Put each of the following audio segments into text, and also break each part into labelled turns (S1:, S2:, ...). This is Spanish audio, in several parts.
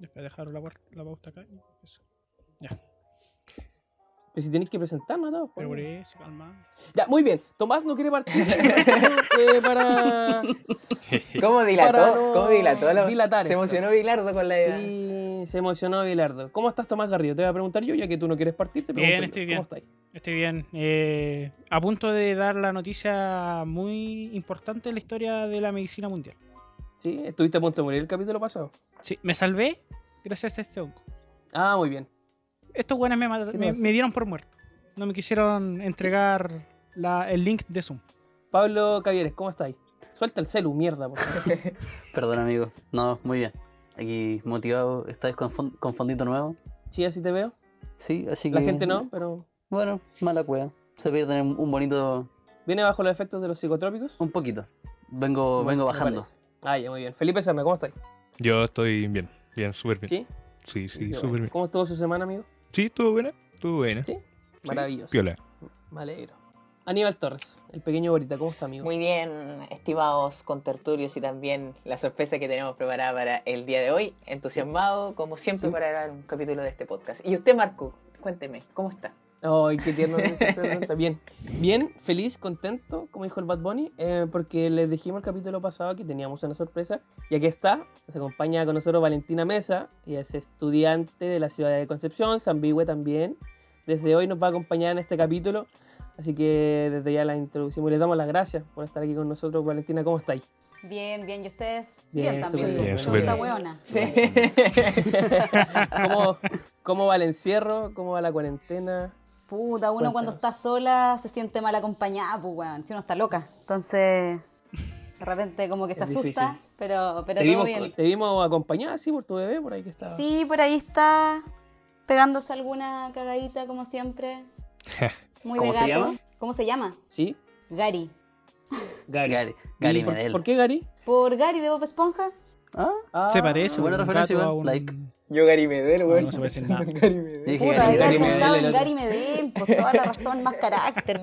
S1: Ya, voy a dejar la, guar- la pauta acá. y pues, Eso. Ya.
S2: Pero Pues si tenéis que presentarnos, ¿no?
S1: Pero
S2: Juan.
S1: por eso, calma.
S2: Ya, muy bien. Tomás no quiere partir eh, para.
S3: ¿Cómo dilató?
S2: Para no
S3: ¿Cómo dilató? la-
S2: dilatar
S3: se
S2: esto.
S3: emocionó Bilardo con la idea.
S2: Sí, se emocionó Bilardo. ¿Cómo estás, Tomás Garrido? Te voy a preguntar yo, ya que tú no quieres partir. Te
S1: Bien,
S2: pregunto yo.
S1: estoy bien.
S2: ¿Cómo estáis?
S1: Estoy bien. Eh, a punto de dar la noticia muy importante en la historia de la medicina mundial.
S2: Sí, estuviste a punto de morir el capítulo pasado.
S1: Sí, me salvé gracias a este hongo.
S2: Ah, muy bien.
S1: Estos buenos me, mat-
S2: ¿Qué
S1: me-
S2: pasa?
S1: me dieron por muerto. No me quisieron entregar la- el link de Zoom.
S2: Pablo Cavieres, ¿cómo estáis? Suelta el celu, mierda, por favor.
S4: Perdón, amigo. No, muy bien. Aquí motivado, esta vez con, fon- con fondito nuevo.
S2: Sí, así te veo.
S4: Sí, así que.
S2: La gente no, pero
S4: Bueno, mala cueva. Se pierden un un bonito.
S2: viene bajo los efectos de los psicotrópicos.
S4: un poquito. Vengo,
S2: Bueno,
S4: vengo
S2: me
S4: bajando.
S2: parece. Ah, ya, muy bien. Felipe Serna, ¿cómo estáis?
S5: Yo estoy bien, bien, súper bien.
S2: ¿Sí?
S5: Sí, sí,
S2: Qué
S5: súper
S2: bueno.
S5: bien.
S2: ¿Cómo estuvo su semana, amigo?
S5: Sí, estuvo buena, estuvo buena.
S2: Sí, Maravilloso.
S5: Piola.
S2: Me alegro. Aníbal Torres, el pequeño Borita, ¿cómo está, amigo?
S3: Muy bien, estimados contertulios y también la sorpresa que tenemos preparada para el día de hoy. Entusiasmado, como siempre,
S2: Sí.
S3: para grabar un capítulo de este podcast. Y usted, Marco, cuénteme, ¿cómo está?
S2: Ay, qué tierno. que siempre me pregunta. Bien, bien, feliz, contento, como dijo el Bad Bunny, eh, porque les dijimos el capítulo pasado que teníamos una sorpresa. Y aquí está, nos acompaña con nosotros Valentina Mesa, y es estudiante de la ciudad de Concepción, Zambigüe también. Desde hoy nos va a acompañar en este capítulo, así que desde ya la introducimos y les damos las gracias por estar aquí con nosotros. Valentina, ¿cómo estáis?
S6: Bien, bien, ¿y ustedes?
S2: Bien, súper
S6: también.
S2: bien,
S6: pues,
S5: Bien,
S6: No,
S5: súper
S6: esta
S5: bien.
S6: hueona.
S2: ¿Cómo, ¿Cómo va el encierro? ¿Cómo va la cuarentena?
S6: Puta, uno cuando
S2: Cuéntanos.
S6: está sola se siente mal acompañada, pues, weón. Si uno está loca. Entonces, de repente como que se
S2: Es
S6: asusta,
S2: difícil.
S6: pero, pero
S2: Te vimos,
S6: todo bien.
S2: te vimos acompañada, sí, por tu bebé, por ahí que estaba.
S6: Sí, por ahí está pegándose alguna cagadita, como siempre. Muy
S4: ¿Cómo
S6: de
S4: se
S6: gato.
S4: llama?
S6: ¿Cómo se llama?
S2: ¿Sí,
S6: Gary.
S2: Gary.
S4: Gary,
S2: ¿Y
S4: Gary
S2: por,
S4: Medel.
S2: por qué Gary?
S6: ¿Por Gary de Bob Esponja?
S4: Ah,
S2: Ah,
S1: se parece.
S4: buena
S1: un
S4: referencia,
S1: gato a
S4: igual,
S1: un-
S4: like.
S3: Yo, Gary Medel, güey.
S1: no se parece en nada.
S3: Gary Medel.
S4: yo dije
S6: Puta,
S4: Gary
S6: había
S2: Gary
S4: Medel.
S6: pensado
S2: Medel,
S6: en
S2: loco.
S6: Gary Medel, por toda la razón, más carácter,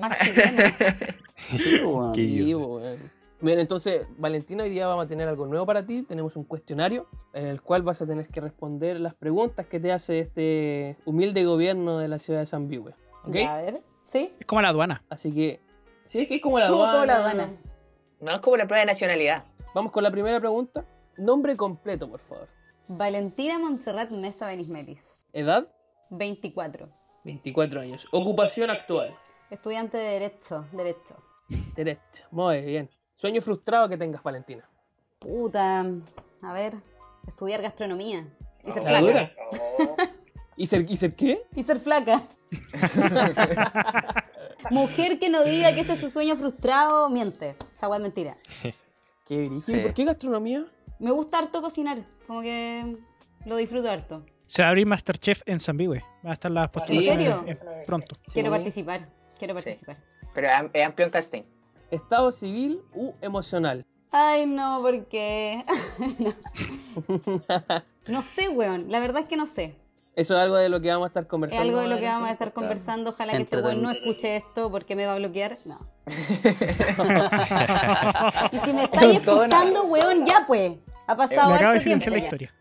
S6: más chileno.
S4: Sí, pues, bueno.
S5: Sí.
S2: sí, weón. Bien, entonces, Valentina, hoy día vamos a tener algo nuevo para ti. Tenemos un cuestionario en el cual vas a tener que responder las preguntas que te hace este humilde gobierno de la ciudad de San Biwe. ¿Ok?
S6: Ya, a ver, ¿sí?
S1: Es como la aduana.
S2: Así que, sí, es que es como la
S6: Como
S2: aduana.
S6: como la aduana.
S3: No, es como la prueba de nacionalidad.
S2: Vamos con la primera pregunta. Nombre completo, por favor.
S6: Valentina Montserrat Mesa Benismelis,
S2: Edad,
S6: 24.
S2: 24 años. Ocupación actual,
S6: Estudiante de Derecho, Derecho.
S2: derecho. Muy bien. Sueño frustrado que tengas, Valentina.
S6: Puta, a ver, estudiar gastronomía. Y ser
S2: La
S6: flaca.
S2: Ah, dura. ¿Y ser, ¿Y ser qué?
S6: Y ser flaca. Mujer que no diga que ese es su sueño frustrado, miente. Esa weá es mentira.
S2: Qué brillo.
S4: Sí.
S2: ¿Y por qué gastronomía?
S6: Me gusta harto cocinar, como que lo disfruto harto.
S1: Se va a abrir Masterchef en Zambigüe. Van a estar las postulaciones
S6: serio?
S1: en- pronto.
S6: Quiero
S2: Sí.
S6: participar, quiero participar.
S3: Pero am- es amplio en casting.
S2: Estado civil u emocional.
S6: Ay, no, porque... no. no sé, weón. La verdad es que no sé.
S2: Eso es algo de lo que vamos a estar
S6: Es
S2: conversando.
S6: algo de lo que
S2: adelante.
S6: vamos a estar conversando. Ojalá que este
S4: Entreten-
S6: weón no escuche esto porque me va a bloquear. No. y si me estáis
S3: Con todo
S6: escuchando,
S3: nada.
S6: weón, ya pues. Ha pasado
S1: Le acabo de
S6: harto tiempo.
S1: silenciar la
S6: ya.
S1: historia.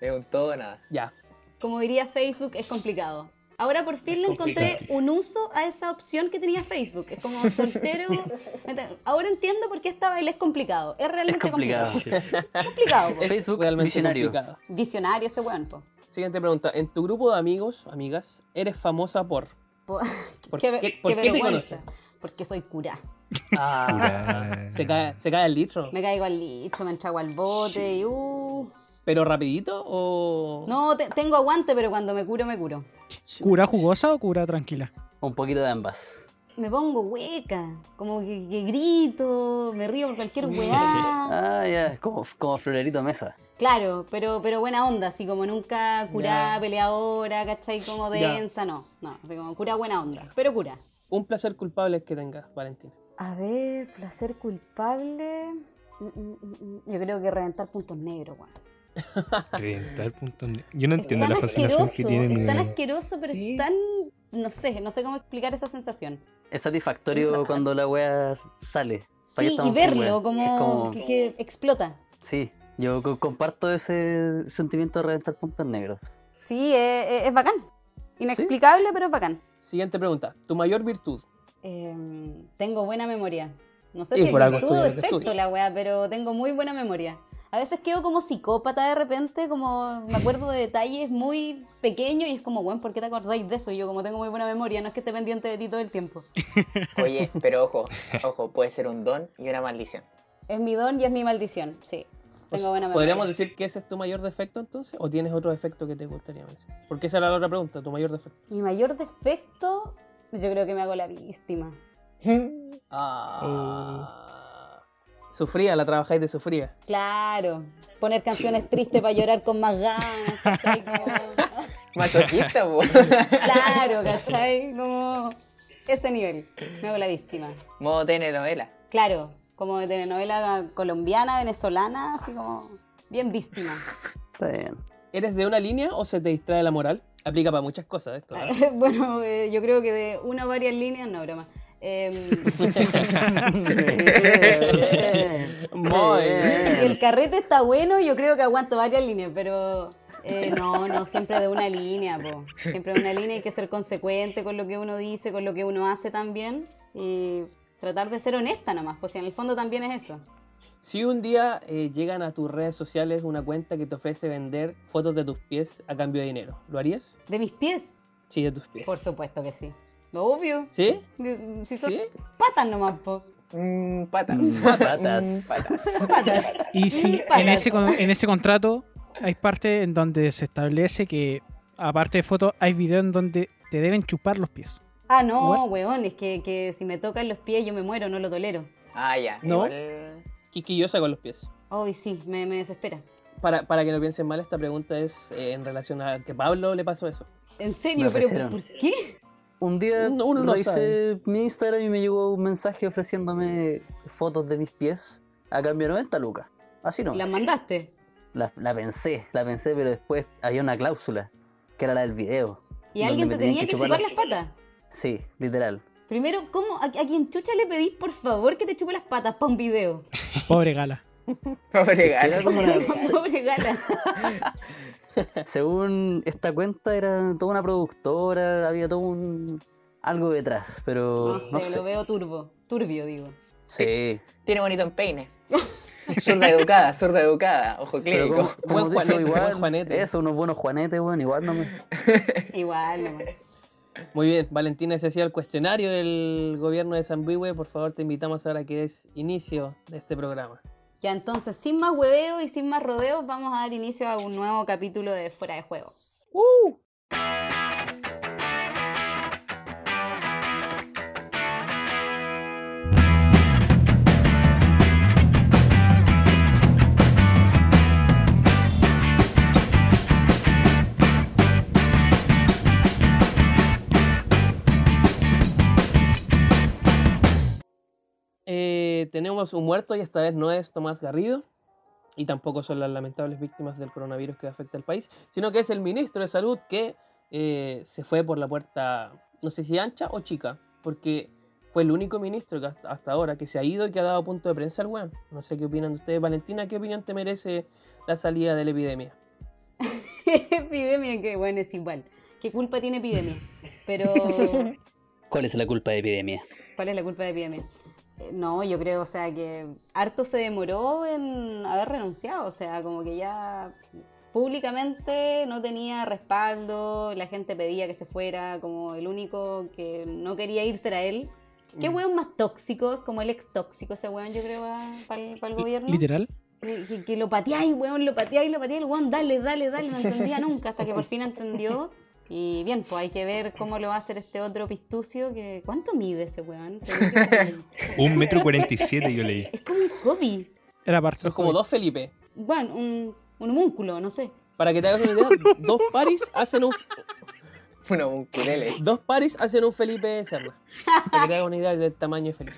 S3: Es un todo o nada.
S2: Ya.
S6: Como diría Facebook, es complicado. Ahora por fin le encontré un uso a esa opción que tenía Facebook. Es como soltero. Ent- Ahora entiendo por qué esta baile es complicado. Es
S4: Es
S6: realmente complicado.
S4: complicado.
S6: Complicado, po.
S4: Facebook,
S2: Realmente
S4: visionario.
S2: complicado.
S6: Visionario ese weón, po.
S2: Siguiente pregunta. En tu grupo de amigos, amigas, eres famosa por.
S6: Po-
S2: ¿Por qué, por qué te
S6: vergüenza.
S2: conoces?
S6: Porque soy cura.
S2: Ah,
S5: Pura-
S2: se, cae, se cae el litro.
S6: Me caigo al licho, me entrago al bote y uh.
S2: ¿Pero rapidito o.?
S6: No, te- tengo aguante, pero cuando me curo, me curo.
S1: ¿Cura jugosa o cura tranquila?
S4: Un poquito de ambas.
S6: Me pongo hueca, como que, que grito, me río por cualquier weá.
S4: Ah, ya, como, como florerito mesa.
S6: Claro, pero, pero buena onda, así como nunca curá,
S2: Ya.
S6: peleadora, ¿cachai? Como
S2: Ya.
S6: densa, no, no, así como cura buena onda, pero cura.
S2: Un placer culpable que tengas, Valentina.
S6: A ver, placer culpable. Mm, mm, mm, mm. Yo creo que reventar puntos negros, weón.
S5: Reventar puntos ne- Yo no
S6: Es
S5: entiendo
S6: tan
S5: la fascinación que
S6: asqueroso,
S5: tienen.
S6: es tan
S5: eh,
S6: asqueroso, pero
S2: Sí.
S6: es tan. No sé, no sé cómo explicar esa sensación.
S4: Es satisfactorio cuando la wea sale. ¿Para qué
S6: Sí, y
S4: estamos con
S6: verlo,
S4: wea?
S6: como,
S4: Es como-
S6: Que, que explota.
S4: Sí, Yo co- comparto ese sentimiento de reventar puntos negros.
S6: Sí, es, es- es bacán. Inexplicable, pero es bacán.
S2: Siguiente pregunta. ¿Tu mayor virtud?
S6: Eh, tengo buena memoria. No sé
S2: Y
S6: si
S2: por
S6: es
S2: algo
S6: virtud o
S2: estudias lo que
S6: defecto
S2: estudias.
S6: la weá, pero tengo muy buena memoria. A veces quedo como psicópata de repente, como me acuerdo de detalles muy pequeños y es como, bueno, ¿por qué te acordáis de eso? Y yo como tengo muy buena memoria, no es que esté pendiente de ti todo el tiempo.
S3: Oye, pero ojo, ojo, puede ser un don y una maldición.
S6: Es mi don y es mi maldición, sí.
S2: O
S6: Tengo
S2: sea,
S6: buena memoria.
S2: Pues, ¿Podríamos decir que ese es tu mayor defecto entonces? ¿O tienes otro defecto que te gustaría mencionar? Porque esa era la otra pregunta, tu mayor defecto.
S6: Mi mayor defecto, yo creo que me hago la víctima.
S2: Ah. Sufría, la trabajáis de sufría.
S6: Claro, poner canciones tristes para llorar con más ganas. ¿cachai? Como-
S3: Masoquista, po.
S6: Claro, ¿cachai? Como ese nivel. Me hago la víctima.
S3: Modo telenovela.
S6: Claro, como de telenovela colombiana, venezolana, así como bien víctima.
S4: Está bien.
S2: ¿Eres de una línea o se te distrae la moral? Aplica para muchas cosas esto. ¿eh?
S6: Bueno, eh, yo creo que de una o varias líneas, no, broma. Em, Eh,
S2: Muy
S6: si el carrete está bueno, yo creo que aguanto varias líneas, pero eh, no, no, siempre de una línea, po. Siempre de una línea hay que ser consecuente con lo que uno dice, con lo que uno hace también y tratar de ser honesta nomás, pues si en el fondo también es eso.
S2: Si un día eh, llegan a tus redes sociales una cuenta que te ofrece vender fotos de tus pies a cambio de dinero, ¿lo harías?
S6: ¿De mis pies?
S2: Sí, de tus pies.
S6: Por supuesto que sí. Obvio.
S2: ¿Sí?
S6: Si son
S2: ¿Sí?
S6: patas nomás, po.
S3: Mm, patas.
S4: Patas.
S3: Mm, patas.
S6: Patas.
S1: Y si
S6: Patas.
S1: en ese, con- en ese contrato hay parte en donde se establece que, aparte de fotos, hay videos en donde te deben chupar los pies.
S6: Ah, no,
S1: What?
S6: weón, es que, que si me tocan los pies yo me muero, no lo tolero.
S3: Ah, ya.
S2: No.
S3: igual-
S2: Quisquillosa con los pies.
S6: Ay, sí, me, me desespera.
S2: Para, para que no piensen mal, esta pregunta es eh, en relación a que Pablo le pasó eso.
S6: En
S4: Me
S6: serio, pero
S4: ofrecieron.
S6: ¿por qué?
S4: Un día
S2: Uno- uno no
S4: revisé mi Instagram y me llegó un mensaje ofreciéndome fotos de mis pies a cambio de 90 lucas. Así no.
S6: ¿La mandaste?
S4: La, la pensé, la pensé, pero después había una cláusula, que era la del video.
S6: ¿Y
S4: donde
S6: alguien
S4: me
S6: te
S4: tenían
S6: tenía que
S4: chupar
S6: chupar, las patas?
S4: Sí, literal.
S6: Primero, ¿cómo? ¿A, a quien chucha le pedís, por favor, que te chupe las patas para un video?
S1: Pobre gala.
S3: Pobre
S4: Era
S3: galo.
S4: como una-
S6: Pobre gala.
S4: según esta cuenta era toda una productora, había todo un algo detrás, pero no
S6: No sé,
S4: sé.
S6: lo veo turbo. Turbio, digo.
S4: Sí.
S3: Tiene bonito empeine. Zurda educada, zurda educada. Ojo
S4: Pero
S3: clínico.
S4: como, como
S2: Buen
S4: te he
S2: Juanete, buen
S4: dicho, igual,
S2: Juanete.
S4: eso, unos buenos juanetes, bueno, igual no me...
S6: Igual, nomás.
S2: Muy bien, Valentina, ese ha sido el cuestionario del gobierno de Zimbabue. Por favor, te invitamos ahora que des inicio de este programa.
S6: Ya entonces, sin más hueveo y sin más rodeos, vamos a dar inicio a un nuevo capítulo de Fuera de Juego.
S2: Eh, tenemos un muerto y esta vez no es Tomás Garrido. Y tampoco son las lamentables víctimas del coronavirus que afecta al país, sino que es el ministro de Salud que eh, se fue por la puerta, no sé si ancha o chica, porque fue el único ministro que hasta, hasta ahora que se ha ido y que ha dado punto de prensa al weón. No sé qué opinan ustedes. Valentina, ¿qué opinión te merece la salida de la epidemia?
S6: epidemia, que bueno, es igual. ¿Qué culpa tiene epidemia? Pero,
S4: ¿Cuál es la culpa de epidemia?
S6: ¿cuál es la culpa de epidemia? Eh, No, yo creo, o sea, que harto se demoró en haber renunciado, o sea, como que ya públicamente no tenía respaldo, la gente pedía que se fuera, como el único que no quería irse era él. ¿Qué
S2: Mm.
S6: weón más tóxico? Es como el ex tóxico ese weón, yo creo, para el gobierno.
S1: Literal.
S6: Que, que- que lo pateáis, weón, lo pateáis, lo pateáis, el weón, dale, dale, dale, no entendía nunca, hasta que por fin entendió. Y bien, pues hay que ver cómo lo va a hacer este otro pistucio, que ¿cuánto mide ese weón? Se ve que-
S5: Un metro cuarenta y siete yo leí.
S6: es como un hobby,
S1: Era parte
S2: Son
S1: del
S2: como
S1: juego.
S2: dos Felipe.
S6: bueno, un, un homúnculo, no sé.
S2: Para que te hagas una idea, dos paris hacen un,
S3: Bueno, un culele.
S2: Dos paris hacen un Felipe Serna. Para que te hagas una idea del tamaño de Felipe.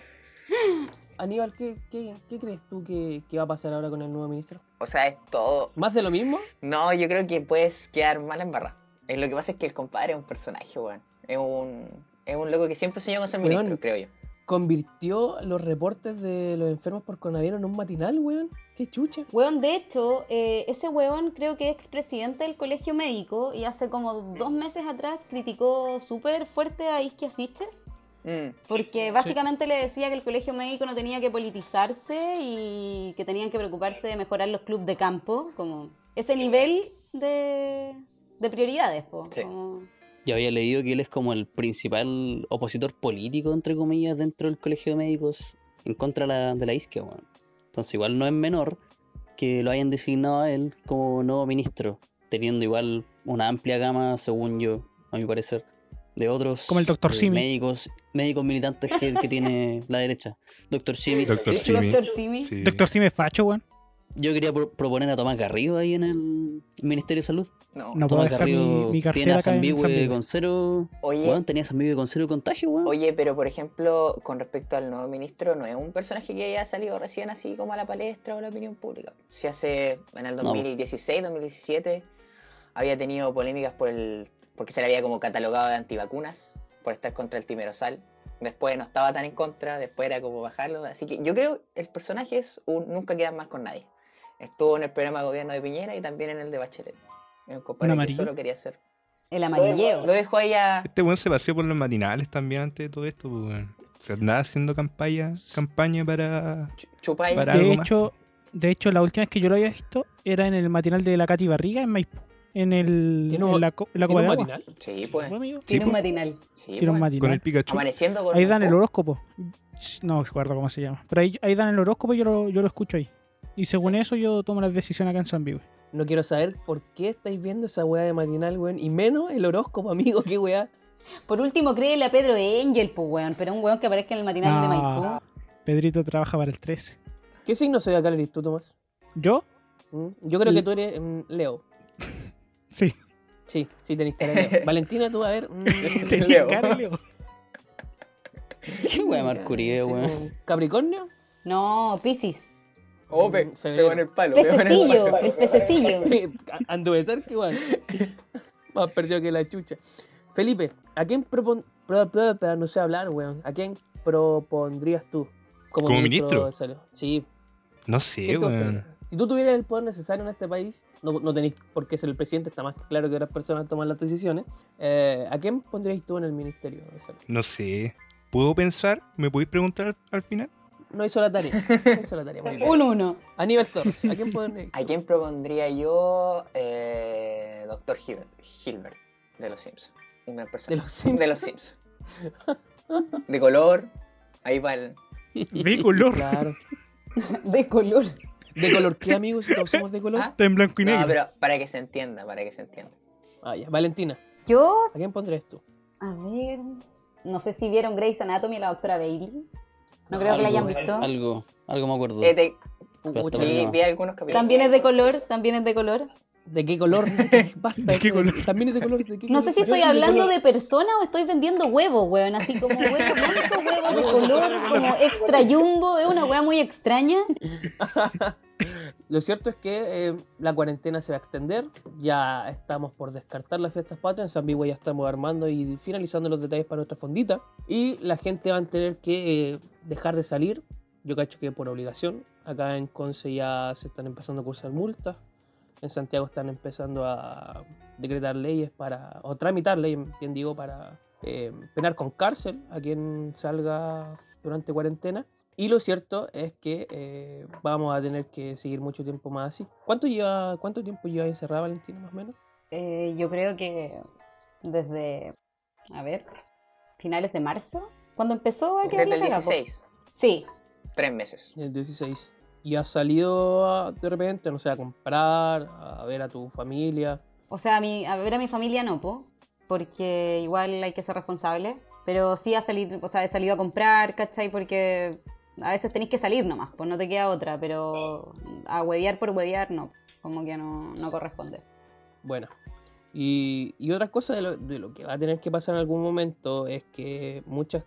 S2: Aníbal, ¿qué, qué, qué crees tú que, que va a pasar ahora con el nuevo ministro?
S3: O sea, es todo.
S2: ¿Más de lo mismo?
S3: No, yo creo que puedes quedar mal en barra. Eh, Lo que pasa es que el compadre es un personaje, weón. Es un, es un loco que siempre soñó con ser
S2: Weón.
S3: ministro, creo yo.
S2: convirtió los reportes de los enfermos por coronavirus en un matinal, weón. Qué chucha.
S6: Weón, de hecho, eh, ese weón creo que es expresidente del colegio médico y hace como dos meses atrás criticó súper fuerte a Isquia Siches
S3: Mm.
S6: porque básicamente le decía que el colegio médico no tenía que politizarse y que tenían que preocuparse de mejorar los clubes de campo, como ese nivel de, de prioridades. po,
S3: Sí.
S6: como-
S4: Yo había leído que él es como el principal opositor político, entre comillas, dentro del colegio de médicos en contra de la, de la isquia, weón. Entonces, igual no es menor que lo hayan designado a él como nuevo ministro, teniendo igual una amplia gama, según yo, a mi parecer, de otros
S1: Como el Dr.
S4: eh,
S1: Simi.
S4: médicos, médicos militantes que, que tiene la derecha. Doctor Simi.
S5: Doctor
S4: De hecho,
S5: Simi.
S6: Doctor Simi.
S5: Sí.
S1: Doctor Simi es facho, weón.
S4: Yo quería pro- proponer a Tomás Garrido ahí en el Ministerio de Salud.
S3: No.
S1: No puedo
S4: Tomás
S1: dejar mi,
S4: Garrido
S1: mi
S4: tiene
S1: cartera
S4: a
S1: acá en
S4: Zambihue
S1: Zambihue.
S4: con cero.
S3: Oye,
S4: Weón, tenía Zambihue con cero contagio, weón.
S3: Oye, pero por ejemplo, con respecto al nuevo ministro, no es un personaje que haya salido recién así como a la palestra o a la opinión pública. Se hace en el
S4: No.
S3: 2016, 2017, había tenido polémicas por el porque se le había como catalogado de antivacunas por estar contra el timerosal. Después no estaba tan en contra, después era como bajarlo. Así que yo creo el personaje es un nunca quedas más con nadie. Estuvo en el programa de gobierno de Piñera y también en el de Bachelet. En un
S1: Un
S3: compadre que
S1: amarillo.
S3: solo quería hacer.
S6: El
S3: Lo dejo,
S6: amarilleo.
S3: lo dejo ahí a...
S5: Este weón se paseó por los matinales también antes de todo esto, pues, weón. Se andaba haciendo campaña, campaña para.
S3: chu- chupa ahí.
S5: Para-
S1: De
S5: algo más.
S1: hecho, de hecho, la última vez que yo lo había visto era en el matinal de la Cati Barriga en Maipú. En, el,
S2: ¿Tiene un-
S1: en la, co- en la
S2: ¿Tiene
S1: copa
S2: un
S1: de agua.
S2: matinal?
S3: Sí, pues.
S1: Bueno, amigo,
S5: Sí,
S6: Tiene un
S5: pues,
S6: matinal.
S3: Sí,
S1: tiene un
S3: pues.
S1: matinal.
S5: con el Pikachu.
S3: Amaneciendo con
S1: Ahí dan el
S3: Goku.
S1: horóscopo. No recuerdo cómo se llama. Pero ahí, ahí dan el horóscopo y yo lo, yo lo escucho ahí. Y según eso yo tomo la decisión acá en San Vivo.
S2: No quiero saber por qué estáis viendo esa weá de matinal, weón. Y menos el horóscopo, amigo, qué weá.
S6: Por último, créele a Pedro Angel, pues weón, pero un weón que aparezca en el matinal de
S5: Ah.
S6: Maipú.
S1: Ah, Pedrito trabaja para el 13.
S2: ¿Qué signo soy acá, Leris, tú, Tomás?
S1: ¿Yo?
S2: ¿Mm? Yo creo que
S1: Mm.
S2: tú eres mm, Leo.
S1: Sí.
S2: Sí, sí tenéis cara de Leo. Valentina, tú, a ver. mm,
S1: Tenía
S3: Leo.
S1: cara, Leo.
S4: Qué weón, Marcurie,
S2: sí,
S4: weón.
S2: como ¿Capricornio?
S6: No, Piscis.
S3: Oh, pe-
S2: Febrero.
S3: pegó en el palo. pegó en el
S6: Pececillo,
S3: palo.
S6: el pececillo.
S2: A- Anduve cerca igual. Más perdido que la chucha. Felipe, ¿a quién propon... pro- pro- pro- no sé hablar, weón. ¿A quién propondrías tú?
S5: ¿Como ministro?
S2: de salud? Sí.
S5: No sé,
S2: ¿Qué te
S5: weón.
S2: gustaría? Si tú tuvieras el poder necesario en este país, no, no tenéis por qué ser el presidente, está más que claro que otras personas toman las decisiones. eh, ¿A quién pondrías tú en el ministerio de salud?
S5: No sé. ¿Puedo pensar? ¿Me podéis preguntar al, al final?
S2: No hizo la tarea. No hizo la tarea, muy bien.
S6: Un uno.
S2: Aníbal Torres, ¿a quién pondrías?
S3: ¿A quién propondría yo eh, Doctor Gil- Hilbert de los Simpsons? Un gran personaje.
S2: De los Simpsons.
S3: De los Simpsons. De color. Ahí va el.
S1: Mi color.
S2: Claro.
S6: De color.
S2: ¿De color qué, amigos? Si todos somos de color.
S3: ¿Ah?
S1: Está en blanco y negro.
S3: No, pero para que se entienda, para que se entienda.
S2: Ah, ya. Valentina,
S6: Yo,
S2: ¿a quién pondrías tú?
S6: a ver. No sé si vieron Grey's Anatomy y la doctora Bailey. No creo que
S4: Algo,
S6: la hayan visto.
S4: Algo, algo me acuerdo.
S3: Eh, te-
S4: Pero está
S3: vi,
S4: bueno.
S3: vi algunos capítulos.
S6: También es de color, también es de color.
S2: ¿De qué color? Basta,
S1: ¿De qué
S2: esto
S1: color?
S2: También es de color. ¿de qué
S6: No
S2: color?
S6: sé si
S2: Yo
S6: estoy
S2: soy
S6: hablando
S2: color.
S6: de persona o estoy vendiendo huevos, weón. Así como huevo blanco, huevo de color, como extra jumbo. Es una weá muy extraña.
S2: Lo cierto es que eh, la cuarentena se va a extender. Ya estamos por descartar las fiestas patrias. En San Vigua ya estamos armando y finalizando los detalles para nuestra fondita. Y la gente va a tener que eh, dejar de salir. Yo cacho que por obligación. Acá en Conce ya se están empezando a cursar multas. En Santiago están empezando a decretar leyes para, o tramitar leyes, bien digo, para eh, penar con cárcel a quien salga durante cuarentena. Y lo cierto es que eh, vamos a tener que seguir mucho tiempo más así. ¿Cuánto, lleva, cuánto tiempo lleva encerrada Valentina, más o menos?
S6: Eh, yo creo que desde, a ver, finales de marzo, cuando empezó a quedar
S3: Desde
S6: la
S3: el
S6: cagá, po.
S3: 16.
S6: Sí,
S3: Tres meses.
S2: El 16. ¿Y has salido a- de repente, no sé, a comprar, a ver a tu familia?
S6: o sea, a, mi, a ver a mi familia no, po, porque igual hay que ser responsable, pero sí a salir, o sea, he salido a comprar, ¿cachai? Porque a veces tenéis que salir nomás, pues no te queda otra, pero a huevear por huevear no, como que no, no corresponde.
S2: Bueno. Y, y otra cosa de lo, de lo que va a tener que pasar en algún momento es que mucha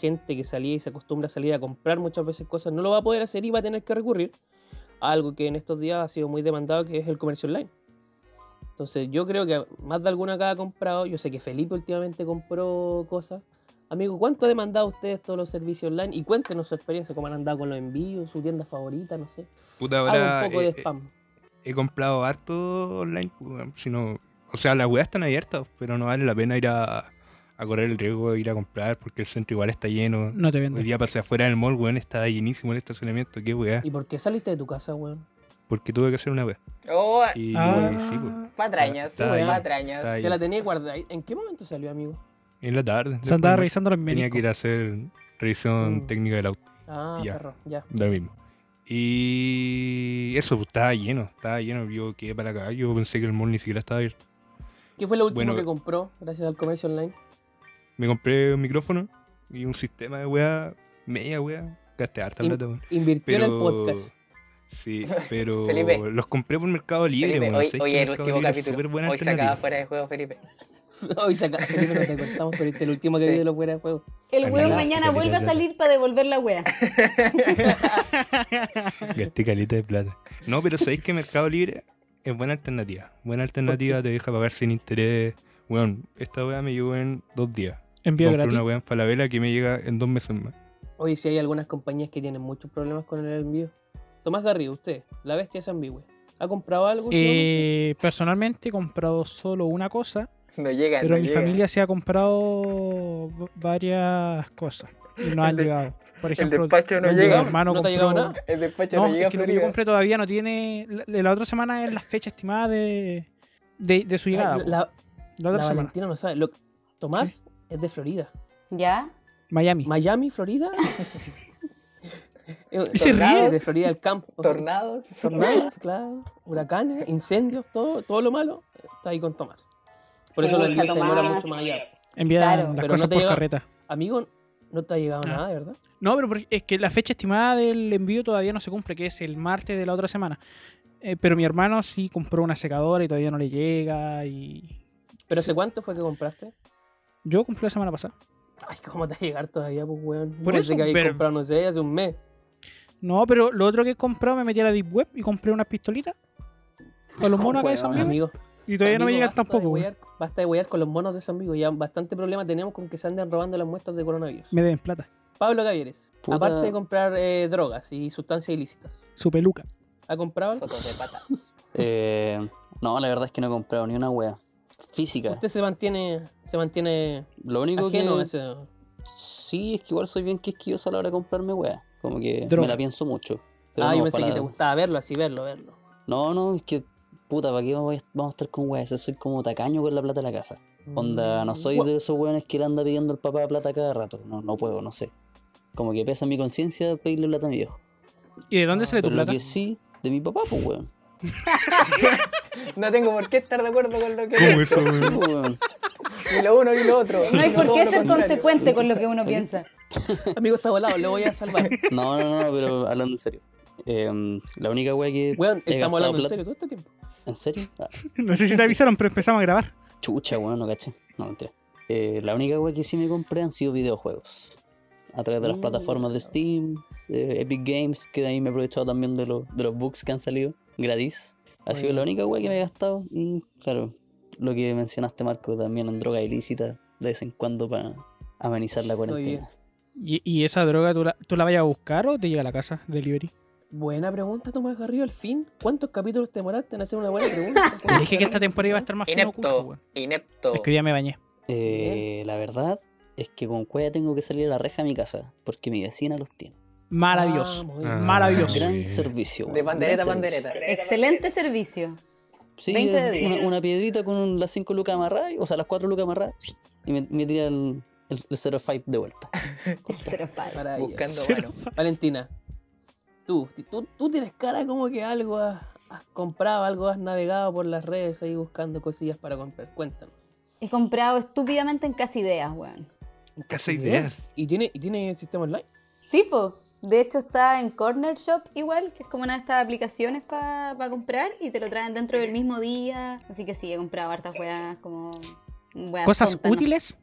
S2: gente que salía y se acostumbra a salir a comprar muchas veces cosas no lo va a poder hacer y va a tener que recurrir a algo que en estos días ha sido muy demandado, que es el comercio online. Entonces yo creo que más de alguna acá ha comprado, yo sé que Felipe últimamente compró cosas, Amigo, ¿cuánto ha demandado ustedes todos los servicios online? Y cuéntenos su experiencia, cómo han andado con los envíos, su tienda favorita, no sé.
S5: Puta,
S2: Haga
S5: ahora
S2: un poco
S5: eh,
S2: de
S5: eh,
S2: spam.
S5: he comprado harto online, pues, weón, si no- o sea, las weas están abiertas, pero no vale la pena ir a, a correr el riesgo de ir a comprar porque el centro igual está lleno.
S1: No te
S5: Hoy
S1: venden.
S5: día pasé afuera del mall, weón, estaba llenísimo el estacionamiento, qué wea,
S2: ¿Y por qué saliste de tu casa, weón?
S5: porque tuve que hacer una wea.
S3: Oh,
S5: Y sí, pues,
S1: Ah,
S3: patrañas,
S5: Está ahí,
S3: patrañas.
S5: está ahí.
S2: Se la tenía guardada. ¿En qué momento salió, amigo?
S5: en la tarde.
S1: se andaba
S5: después
S1: revisando los
S5: me- Tenía
S1: menús.
S5: que ir a hacer revisión
S2: Mm.
S5: técnica del auto.
S2: Ah,
S5: Ya.
S2: perro, ya.
S5: Lo mismo. Y eso, pues, estaba lleno, estaba lleno. Yo quedé para acá. Yo pensé que el mall ni siquiera estaba abierto.
S2: ¿Qué fue lo último
S5: Bueno,
S2: que compró gracias al comercio online?
S5: Me compré un micrófono y un sistema de weá, media weá. Gasté harta
S2: Y-
S5: plata, weón.
S2: Invirtió en el
S5: Pero.
S2: podcast.
S5: Sí, pero.
S3: Felipe.
S5: los compré por Mercado Libre,
S3: Felipe,
S5: weón.
S3: hoy,
S5: ¿Sabes
S3: hoy
S5: que
S3: el
S5: Mercado
S3: último
S5: Libre es súper
S3: capítulo.
S5: buena
S3: Hoy sacaba
S5: alternativa?
S3: fuera de juego, Felipe.
S2: Hoy saca, Felipe, no te contamos, pero este es el último que
S3: Sí.
S2: vi de los fuera de juego.
S6: El
S5: Ay,
S6: weón
S5: mira,
S6: mañana
S5: mira,
S6: vuelve a
S5: mira.
S6: salir para devolver la wea.
S5: Gasté caleta de plata. No, pero sabéis que Mercado Libre es buena alternativa. Buena alternativa, te deja pagar sin interés. Weón, esta weá me llegó en dos días.
S1: Envío
S5: Compré
S1: gratis.
S5: una weá en Falabella que me llega en dos meses más.
S2: Oye, si hay algunas compañías que tienen muchos problemas con el envío. Tomás Garrido, usted, la bestia es ambigua. ¿Ha comprado algo? últimamente?
S1: Eh, personalmente he comprado solo una cosa,
S3: No llega,
S1: pero
S3: no
S1: mi
S3: llega.
S1: familia se ha comprado v- varias cosas y no han
S3: El de-
S1: llegado. Por
S3: El
S1: ejemplo,
S3: despacho no
S1: mi
S3: llega.
S1: hermano
S2: ¿No te
S1: compró-
S2: ha llegado nada?
S3: El despacho
S1: No,
S3: no, llega
S1: es que lo que yo
S3: Florida.
S1: compré todavía no tiene. La, la otra semana es la fecha estimada de, de, de su llegada.
S2: Ay,
S1: po. La,
S2: la,
S1: otra
S2: la
S1: semana.
S2: Valentina no sabe. Lo- Tomás es de Florida.
S6: ¿Ya?
S1: Miami.
S2: Miami, Florida. Eh,
S1: Y se
S2: tornados,
S1: ríe.
S2: De Florida al campo.
S3: Tornados.
S2: Tornados, claro. Huracanes, incendios, todo, todo lo malo está ahí con Tomás. Por eso
S6: Pucha,
S2: lo envío se demora
S6: Tomás.
S2: mucho más allá.
S1: Envían
S6: claro.
S1: las
S2: Pero
S1: cosas
S2: no te
S1: por
S2: llega-
S1: carreta.
S2: Amigo, no te ha llegado
S1: Ah.
S2: nada, ¿verdad?
S1: No, pero por- es que la fecha estimada del envío todavía no se cumple, que es el martes de la otra semana. Eh, pero mi hermano sí compró una secadora y todavía no le llega. Y
S2: ¿Pero
S1: Sí.
S2: hace cuánto fue que compraste?
S1: yo compré la semana pasada.
S2: Ay, ¿cómo te va a llegar todavía, pues, weón?
S1: Por
S2: Yo
S1: eso,
S2: pensé que habías
S1: pero-
S2: comprado, no sé, hace un mes.
S1: No, pero lo otro que he comprado me metí a la Deep Web y compré unas pistolitas. Con los monos acá de San
S4: Weón,
S1: Miguel.
S2: Amigo,
S1: Y todavía no me
S2: amigo,
S1: llegan
S2: basta de
S1: tampoco. weón.
S2: wear- basta de wear con los monos de San Vigo. Ya bastante problema tenemos con que se anden robando las muestras de coronavirus.
S1: Me deben plata.
S2: Pablo Gavieres,
S4: Puta.
S2: aparte de comprar eh, drogas y sustancias ilícitas,
S1: Su peluca.
S2: ¿ha comprado algo?
S3: Fotos de patas.
S4: Eh, no, la verdad es que no he comprado ni una wea. Física.
S2: Usted se mantiene, se mantiene
S4: Lo único
S2: ajeno a
S4: que.
S2: eso.
S4: Sí, es que igual soy bien quisquilloso a la hora de comprarme wea. Como que
S1: Droga.
S4: me la pienso mucho. Pero
S2: Ah,
S4: no,
S2: yo pensé
S4: para-
S2: que te gustaba verlo, así verlo, verlo.
S4: No, no, es que. Puta, ¿para qué voy a- vamos a estar con weas? Soy como tacaño con la plata de la casa. Onda, no soy
S2: Gua-
S4: de esos weones que le anda pidiendo al papá plata cada rato. No, no puedo, no sé. Como que pesa mi conciencia pedirle plata a mi viejo.
S1: ¿Y de dónde
S2: Ah,
S1: sale tu
S4: Pero lo
S1: plata?
S4: que sí, de mi papá, pues weón.
S3: No tengo por qué estar de acuerdo con lo que
S5: ¿Cómo
S3: es.
S5: eso,
S4: Sí,
S5: weón?
S4: pues, weón.
S3: Ni lo uno ni lo otro.
S6: No hay por
S3: Todo
S6: qué
S3: lo
S6: ser
S3: contrario.
S6: consecuente con lo que uno piensa.
S2: Amigo está volado, lo voy a salvar.
S4: No, no, no, pero hablando en serio. Em, la única wea que.
S2: Weón,
S4: he
S2: estamos
S4: gastado
S2: hablando en
S4: plata-
S2: serio todo este tiempo.
S4: ¿En serio? Ah,
S1: No sé si te avisaron, pero empezamos a grabar.
S4: chucha, weón, no caché. No, mentira. Eh, la única wea que sí me compré han sido videojuegos. A través de las
S2: Mm.
S4: plataformas de Steam, de Epic Games, que de ahí me he aprovechado también de, los de los books que han salido gratis. Ha
S2: Muy
S4: sido
S2: bien.
S4: la única wea que me he gastado. Y claro, lo que mencionaste, Marco, también en droga ilícita, de vez en cuando para amenizar la cuarentena.
S1: ¿Y, y esa droga tú la, tú la vayas a buscar o te llega a la casa? Delivery.
S2: Buena pregunta, Tomás Garrido, al fin. ¿Cuántos capítulos te demoraste en hacer una buena pregunta?
S1: Te dije que esta temporada iba a estar más fino cuco,
S3: Inepto,
S1: weón.
S3: inepto.
S1: Es que hoy día me bañé.
S4: Eh, la verdad es que con cueva tengo que salir a la reja de mi casa, porque mi vecina los tiene.
S1: Maravilloso.
S2: Ah, muy
S5: Ah,
S2: bien.
S1: Maravilloso.
S4: Gran
S5: bien.
S4: servicio.
S3: De
S4: weón, gran
S3: pandereta a
S4: servicio.
S3: pandereta.
S6: Excelente servicio.
S4: Sí,
S6: 20 de
S4: era
S6: 10.
S4: Una, una piedrita con un- las 5 lucas amarradas, o sea, las 4 lucas amarradas, y me, me tira el, el, el 05 de vuelta.
S6: El cero five.
S2: Maravilla.
S3: Buscando
S1: Cero.
S3: mano.
S2: Valentina, tú, ti- tú, tú tienes cara como que algo has, has comprado, algo has navegado por las redes ahí buscando cosillas para comprar. Cuéntanos.
S6: He comprado estúpidamente en casi ideas, weón.
S5: Casa Ideas.
S2: ¿Y tiene, ¿Y tiene sistema online?
S6: Sí, po. De hecho está en Corner Shop igual, que es como una de estas aplicaciones para comprar y te lo traen dentro del mismo día. Así que sí, he comprado hartas weas como... weas
S1: Cosas
S6: tontas, ¿no?
S1: útiles.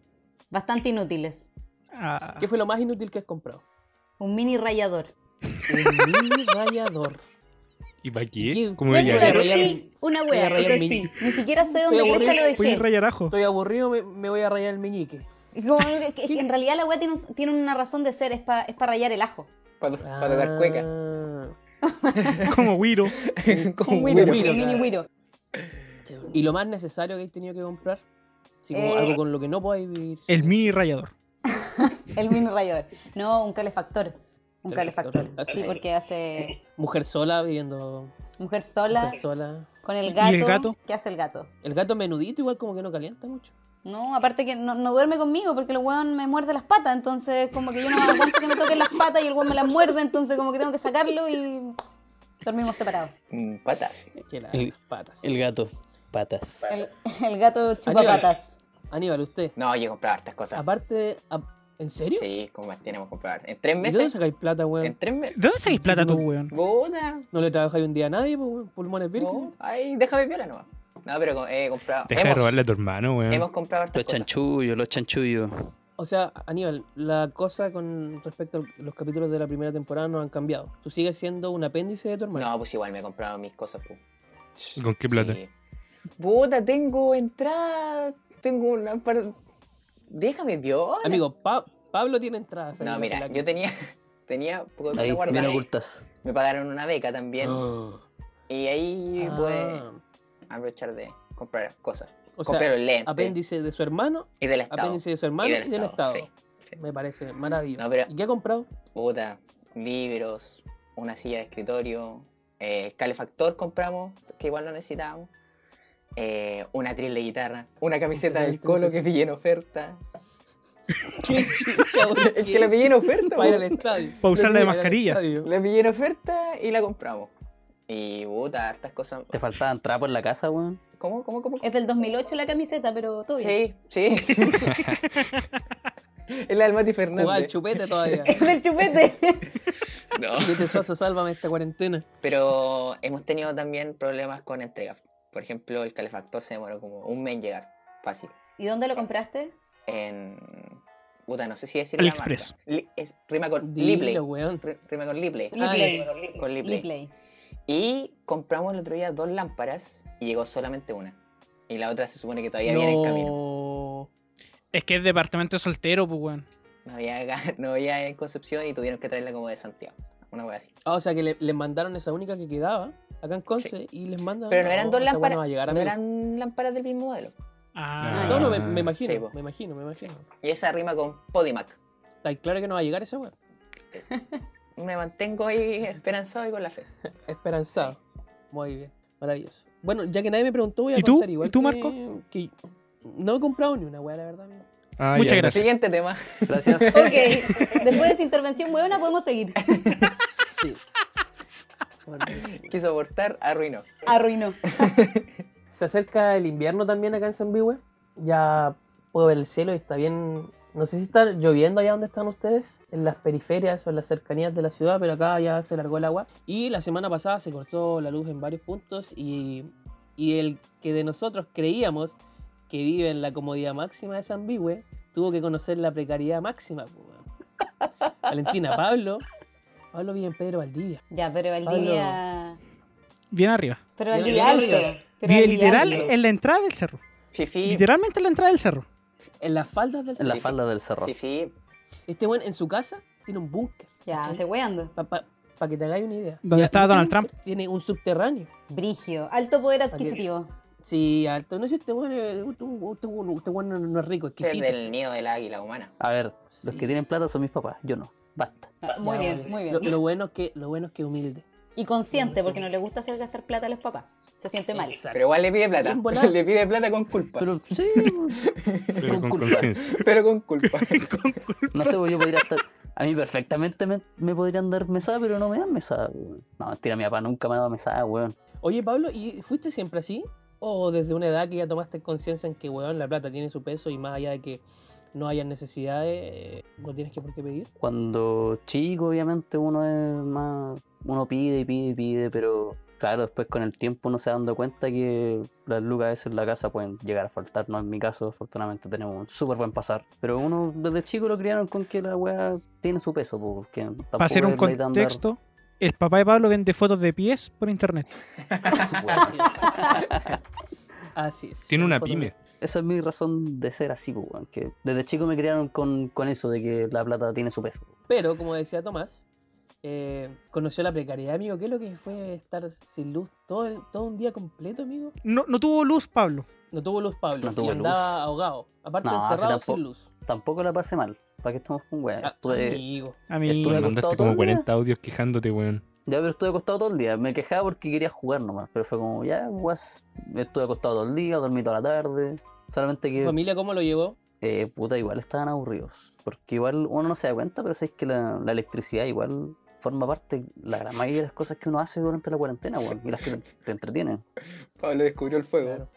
S6: Bastante inútiles.
S1: Ah,
S2: ¿Qué fue lo más inútil que has comprado?
S6: Un mini rayador.
S2: Un mini rayador.
S5: ¿Y para
S2: ¿Qué?
S5: qué? Como
S6: Una
S5: ella.
S2: voy a
S6: wea,
S2: rayar-
S6: sí, una
S2: voy a
S6: wea,
S2: rayar
S6: o sea,
S2: mi-
S6: sí. Ni siquiera sé
S2: Voy a
S6: dónde cresta
S2: borrar-
S6: lo
S1: Voy a
S6: dejé.
S1: rayar ajo.
S2: Estoy aburrido, me, me voy a rayar el meñique.
S6: Y como que- que- que en realidad la weá tiene, un- tiene una razón de ser, es para es pa rayar el ajo.
S3: Para,
S2: Ah.
S3: tocar cueca.
S1: Como Wiro.
S3: Como
S6: Un
S3: un
S6: güiro,
S3: güiro.
S6: un mini güiro.
S2: ¿Y lo más necesario que hay tenido que comprar? Sí, como
S6: Eh,
S2: algo con lo que no podáis vivir.
S1: El mini rayador.
S6: El mini rayador. No, un calefactor. Un calefactor.
S2: Calefactor.
S6: Sí, porque hace
S2: Mujer sola viviendo.
S6: mujer sola,
S2: Mujer sola.
S6: con el
S1: ¿Y
S6: gato.
S1: el gato?
S6: ¿Qué hace el gato?
S2: El gato menudito igual como que no calienta mucho.
S6: No, aparte que no, no duerme conmigo porque el weón me muerde las patas, entonces como que yo no me aguanto que me toquen las patas y el weón me las muerde, entonces como que tengo que sacarlo y dormimos separados.
S3: Mm, Patas.
S2: Que las
S4: El-
S2: patas.
S4: El gato. Patas.
S6: El, el gato chupa
S2: Aníbal.
S6: patas.
S2: Aníbal, usted.
S3: No, yo he comprado hartas cosas.
S2: Aparte de. a- ¿En serio?
S3: Sí, como más tenemos comprado. En tres
S2: ¿Y dónde
S3: meses.
S2: sacáis plata,
S3: En
S2: weón?
S3: tres meses.
S1: ¿De dónde sacáis plata tú, weón?
S3: Puta.
S2: ¿No le trabajáis un día a nadie, pues, weón? Pulmones virgen.
S3: No, ay, déjame viola nomás. No, pero co- he comprado.
S5: Deja de
S3: hemos,
S5: robarle a tu hermano, weón.
S3: hemos comprado hartas
S4: Los
S3: cosas.
S4: chanchullos, los chanchullos.
S2: O sea, Aníbal, la cosa con respecto a los capítulos de la primera temporada no han cambiado. Tú sigues siendo un apéndice de tu hermano.
S3: No, pues igual me he comprado mis cosas. pu.
S5: ¿Con qué plata?
S3: Sí. Puta, tengo entradas. Tengo una par- Déjame viola.
S2: Amigo, Pa- Pablo tiene entradas.
S3: No,
S2: Aníbal,
S3: mira,
S2: la-
S3: yo tenía. Tenía poco de
S4: Ahí,
S3: plata
S4: bien
S3: guardada.
S4: ocultas.
S3: Me pagaron una beca también.
S2: Ah.
S3: Y ahí pude
S2: Ah.
S3: aprovechar de comprar cosas.
S2: O sea,
S3: Compré los lentes.
S2: apéndice de su hermano,
S3: Y del Estado.
S2: apéndice de su hermano y del, Estado.
S3: sí, sí.
S2: Me parece maravilloso.
S3: No, pero-
S2: ¿Y qué ha comprado?
S3: Puta, libros, una silla de escritorio, eh, calefactor compramos, que igual lo necesitábamos, eh, una tril de guitarra, una camiseta del colo que pillé en oferta.
S2: ¿Qué chucha, weón?
S3: Es que la pillé en oferta,
S2: Para ir al
S3: po.
S2: estadio.
S1: Para usarla de
S2: Para ir al
S1: mascarilla.
S2: estadio.
S3: la pillé en oferta y la compramos. Y puta, hartas cosas.
S4: ¿Te faltaban trapos en la casa, weón?
S3: ¿Cómo, cómo, cómo?
S6: Es del 2008 la camiseta, pero todo bien.
S3: Sí, sí. es la del Mati
S2: Jugaba al
S3: Fernández.
S2: chupete todavía.
S6: Es del chupete.
S3: No.
S2: Chupete suazo, sálvame esta cuarentena.
S3: Pero hemos tenido también problemas con entregas. Por ejemplo, el calefactor se demoró como un mes en llegar. Fácil.
S6: ¿Y dónde lo compraste?
S3: en. Puta, no sé si decir
S1: AliExpress.
S3: la marca. Li- es- rima con Lipley.
S2: Dilo, weón.
S3: Ri- Rima con Lipley.
S6: Lipley.
S3: Ah, rima con Lipley.
S6: Lipley.
S3: Y compramos el otro día dos lámparas y llegó solamente una. Y la otra se supone que todavía viene en camino.
S2: No.
S1: Es que es departamento soltero, pues, weón.
S3: No había, acá- no había en Concepción y tuvieron que traerla como de Santiago. Una wea así.
S2: Ah, o sea que le- les mandaron esa única que quedaba acá en Conce y les mandan. "Oh,
S3: Pero no, eran dos
S2: esa weá
S3: lámparas.
S2: no va a llegar a
S3: No,
S2: mí.
S3: eran lámparas del mismo modelo.
S1: Ah,
S2: No, no, me, me imagino,
S3: Sí, po.
S2: me imagino, me imagino.
S3: Y esa rima con Podimac.
S2: Está claro que no va a llegar esa weá.
S3: Me mantengo ahí esperanzado y con la fe.
S2: Esperanzado. Muy bien, maravilloso. Bueno, ya que nadie me preguntó, voy a
S1: ¿Y tú?
S2: contar igual.
S1: ¿Y tú,
S2: que-
S1: Marco?
S2: que no he comprado ni una weá, la verdad. amigo.
S5: Ah,
S1: Muchas gracias.
S3: Siguiente tema.
S4: Gracias.
S6: Ok, después de esa intervención buena podemos seguir.
S2: Sí. Bueno,
S3: Quiso abortar, arruinó.
S6: Arruinó.
S2: se acerca el invierno también acá en San Bihue. Ya puedo ver el cielo y está bien. No sé si está lloviendo allá donde están ustedes, en las periferias o en las cercanías de la ciudad, pero acá ya se largó el agua. Y la semana pasada se cortó la luz en varios puntos y, y el que de nosotros creíamos que vive en la comodidad máxima de San Bihue tuvo que conocer la precariedad máxima. po, weón. Valentina, Pablo. Pablo vive en Pedro Valdivia.
S6: Ya, pero Valdivia.
S1: bien arriba.
S6: Pero
S2: Ya,
S6: Valdivia
S2: ya,
S6: alto.
S2: ya.
S6: Pero
S1: Vive
S6: Valdivia
S1: literal
S6: alto.
S1: en la entrada del cerro.
S3: Fifi.
S1: Literalmente en la entrada del cerro.
S2: En las faldas del
S4: En
S2: cerro.
S4: la falda del cerro.
S3: Fifi.
S2: Este buen en su casa tiene un búnker.
S6: Ya,
S2: ¿cachai?
S6: estoy weando.
S2: Para que te hagáis una idea.
S1: ¿Dónde
S2: Ya,
S1: estaba
S2: ese
S1: Donald
S2: búnker Tiene un subterráneo.
S6: Brigio. Alto poder adquisitivo.
S2: Sí, alto. No sé, este bueno, este bueno- este bueno- este bueno no es rico,
S3: Este es
S2: exquisito.
S3: del nido del águila humana.
S4: A ver, los
S2: Sí.
S4: que tienen plata son mis papás, yo no. Basta.
S6: Ah, Muy
S2: Ya,
S6: bien,
S2: vale.
S6: muy bien.
S2: Lo, lo bueno es que, lo bueno es que humilde.
S6: Y consciente, porque no le gusta hacer gastar plata a los papás. Se siente mal.
S2: Exacto.
S3: Pero igual le pide plata.
S2: Bien volado.
S3: Le pide plata con culpa. Pero,
S4: Pero sí,
S5: Pero
S4: con
S5: con
S4: culpa.
S5: conciencia.
S3: con culpa.
S4: no sé, pues, yo podría estar. A mí perfectamente me, me podrían dar mesada, pero no me dan mesada, weón. No, mentira, mi papá nunca me ha dado mesada, weón.
S2: Oye, Pablo, ¿y fuiste siempre así? ¿O desde una edad que ya tomaste conciencia en que, weón, la plata tiene su peso y más allá de que no hayan necesidades, eh, no tienes que por qué pedir?
S4: Cuando chico, obviamente, uno es más. Uno pide y pide y pide, pero claro, después con el tiempo uno se va dando cuenta que las lucas a veces en la casa pueden llegar a faltar. No en mi caso, afortunadamente tenemos un súper buen pasar. Pero uno desde chico lo criaron con que la weá tiene su peso, po, porque tampoco
S1: Para hacer un
S4: es la idea de andar-
S1: contexto, el papá de Pablo vende fotos de pies por internet.
S4: Weón.
S2: Así es.
S5: Tiene una
S2: Foto-
S5: pyme.
S4: esa es mi razón de ser así, pues, weón, que desde chico me criaron con, con eso de que la plata tiene su peso.
S2: Pero, como decía Tomás, eh, conoció la precariedad, amigo. ¿Qué es lo que fue estar sin luz todo, el- todo un día completo, amigo?
S1: No, no tuvo luz, Pablo.
S2: No tuvo luz Pablo
S4: No tuvo
S2: y andaba
S4: luz.
S2: ahogado. Aparte,
S4: No, si
S2: encerrado
S4: tampoco-
S2: sin luz.
S4: Tampoco la pasé mal, ¿para qué estamos con weón?
S2: Ah,
S4: Estuve-
S2: amigo.
S1: A mí.
S4: Tú
S5: Tú
S4: me
S5: me
S4: has
S5: mandaste
S4: contado
S5: como
S4: todo,
S5: 40 audios quejándote, weón.
S4: Ya, pero estuve acostado todo el día. Me quejaba porque quería jugar nomás. Pero fue como, ya, guas. Estuve acostado todo el día, dormí toda la tarde. Solamente
S2: ¿Tu
S4: que,
S2: familia cómo lo llevó?
S4: eh, puta, igual estaban aburridos. Porque igual uno no se da cuenta, pero sabes que la, la electricidad igual forma parte la gran mayoría de las cosas que uno hace durante la cuarentena, weón. Y las que te, te entretienen.
S3: Pablo descubrió el fuego.
S2: Claro.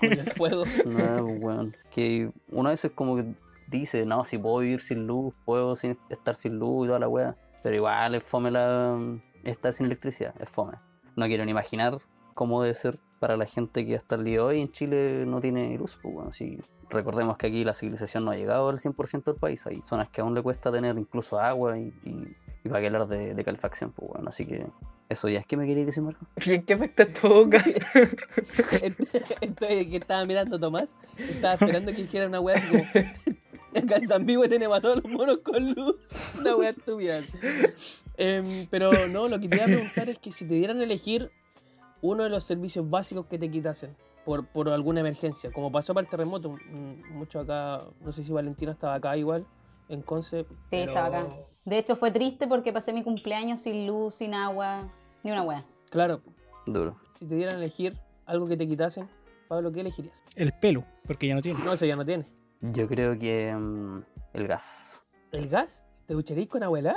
S2: Con el fuego.
S4: No, weón. Que uno a veces como que dice, no, si puedo vivir sin luz, puedo sin- estar sin luz y toda la weá. Pero igual es fome la, estar sin electricidad, es fome. No quiero ni imaginar cómo debe ser para la gente que hasta el día de hoy en Chile no tiene luz. Pues bueno, si recordemos que aquí la civilización no ha llegado al 100% del país, hay zonas que aún le cuesta tener incluso agua y, y, y para qué hablar de, de calefacción. Pues bueno, así que eso ya es que me queréis decir, Marco.
S3: ¿Y en qué afecta tu boca?
S2: Entonces, eh, que estaba mirando Tomás, estaba esperando que dijera una wea así como. Acá en San Vigo tenemos a todos los monos con luz. Una wea estúpida. Em, pero no, lo que te iba a preguntar es que si te dieran a elegir uno de los servicios básicos que te quitasen por, por alguna emergencia, como pasó para el terremoto, mm, mucho acá, no sé si Valentino estaba acá igual, en Conce. Sí,
S6: estaba acá. De hecho, fue triste porque pasé mi cumpleaños sin luz, sin agua, ni una wea.
S2: Claro,
S4: Duro.
S2: si te dieran a elegir algo que te quitasen, Pablo, ¿qué elegirías?
S1: El pelo, porque ya no tiene.
S2: No, eso ya no tiene.
S4: Yo creo que mm, el gas.
S2: ¿El gas? ¿Te ducharéis con abuela?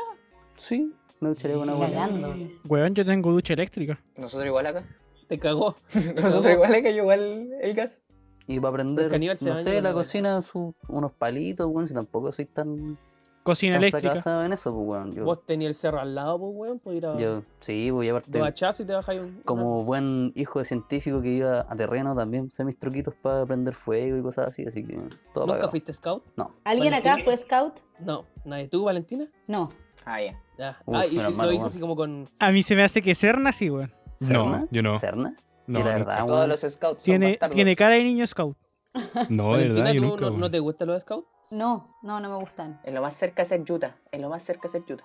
S4: Sí, me ducharía con agua. helada.
S6: Cagando.
S1: Weón, yo tengo ducha eléctrica.
S3: Nosotros igual acá.
S2: Te cagó.
S3: Nosotros igual acá, yo igual el gas.
S4: Y para aprender,
S2: caníbal se
S4: no
S2: baña
S4: sé,
S2: con
S4: la
S2: agua.
S4: cocina, sus- unos palitos, weón, si tampoco soy tan,
S1: Cocina
S4: tan
S1: eléctrica.
S4: fracasado en eso, pues, weón. Yo,
S2: Vos tenías el cerro al lado, pues, weón. Podés ir a
S4: yo- sí, voy a
S2: dos
S4: aparte,
S2: hachazos y te bajáis un.
S4: como buen hijo de científico que iba a terreno, también sé mis truquitos para prender fuego y cosas así, así que todo
S2: ¿Nunca
S4: pagado.
S2: fuiste scout?
S6: ¿Alguien acá
S2: Valentina.
S6: fue scout?
S2: No, nadie. ¿Tú, Valentina?
S6: No.
S3: Ah, ya.
S2: Ya.
S4: Uf,
S2: ah, y
S4: menos
S2: si-
S4: mal,
S2: lo hizo
S4: weón.
S2: así como con.
S1: A mí se me hace que Cerna sí, weón.
S4: ¿Serna?
S5: yo no.
S4: ¿Serna?
S5: No,
S4: y la
S5: nunca.
S4: verdad,
S3: Todos
S4: weón,
S3: los scouts son
S1: Tiene,
S3: bastardos.
S1: tiene cara de niño scout.
S5: No, de
S2: Valentina,
S5: verdad, yo
S2: ¿tú
S5: nunca,
S2: no,
S5: weón.
S2: no te gustan los scouts?
S6: No, no, no me gustan.
S3: Es lo más cerca de ser Utah. Es lo más cerca de ser Utah.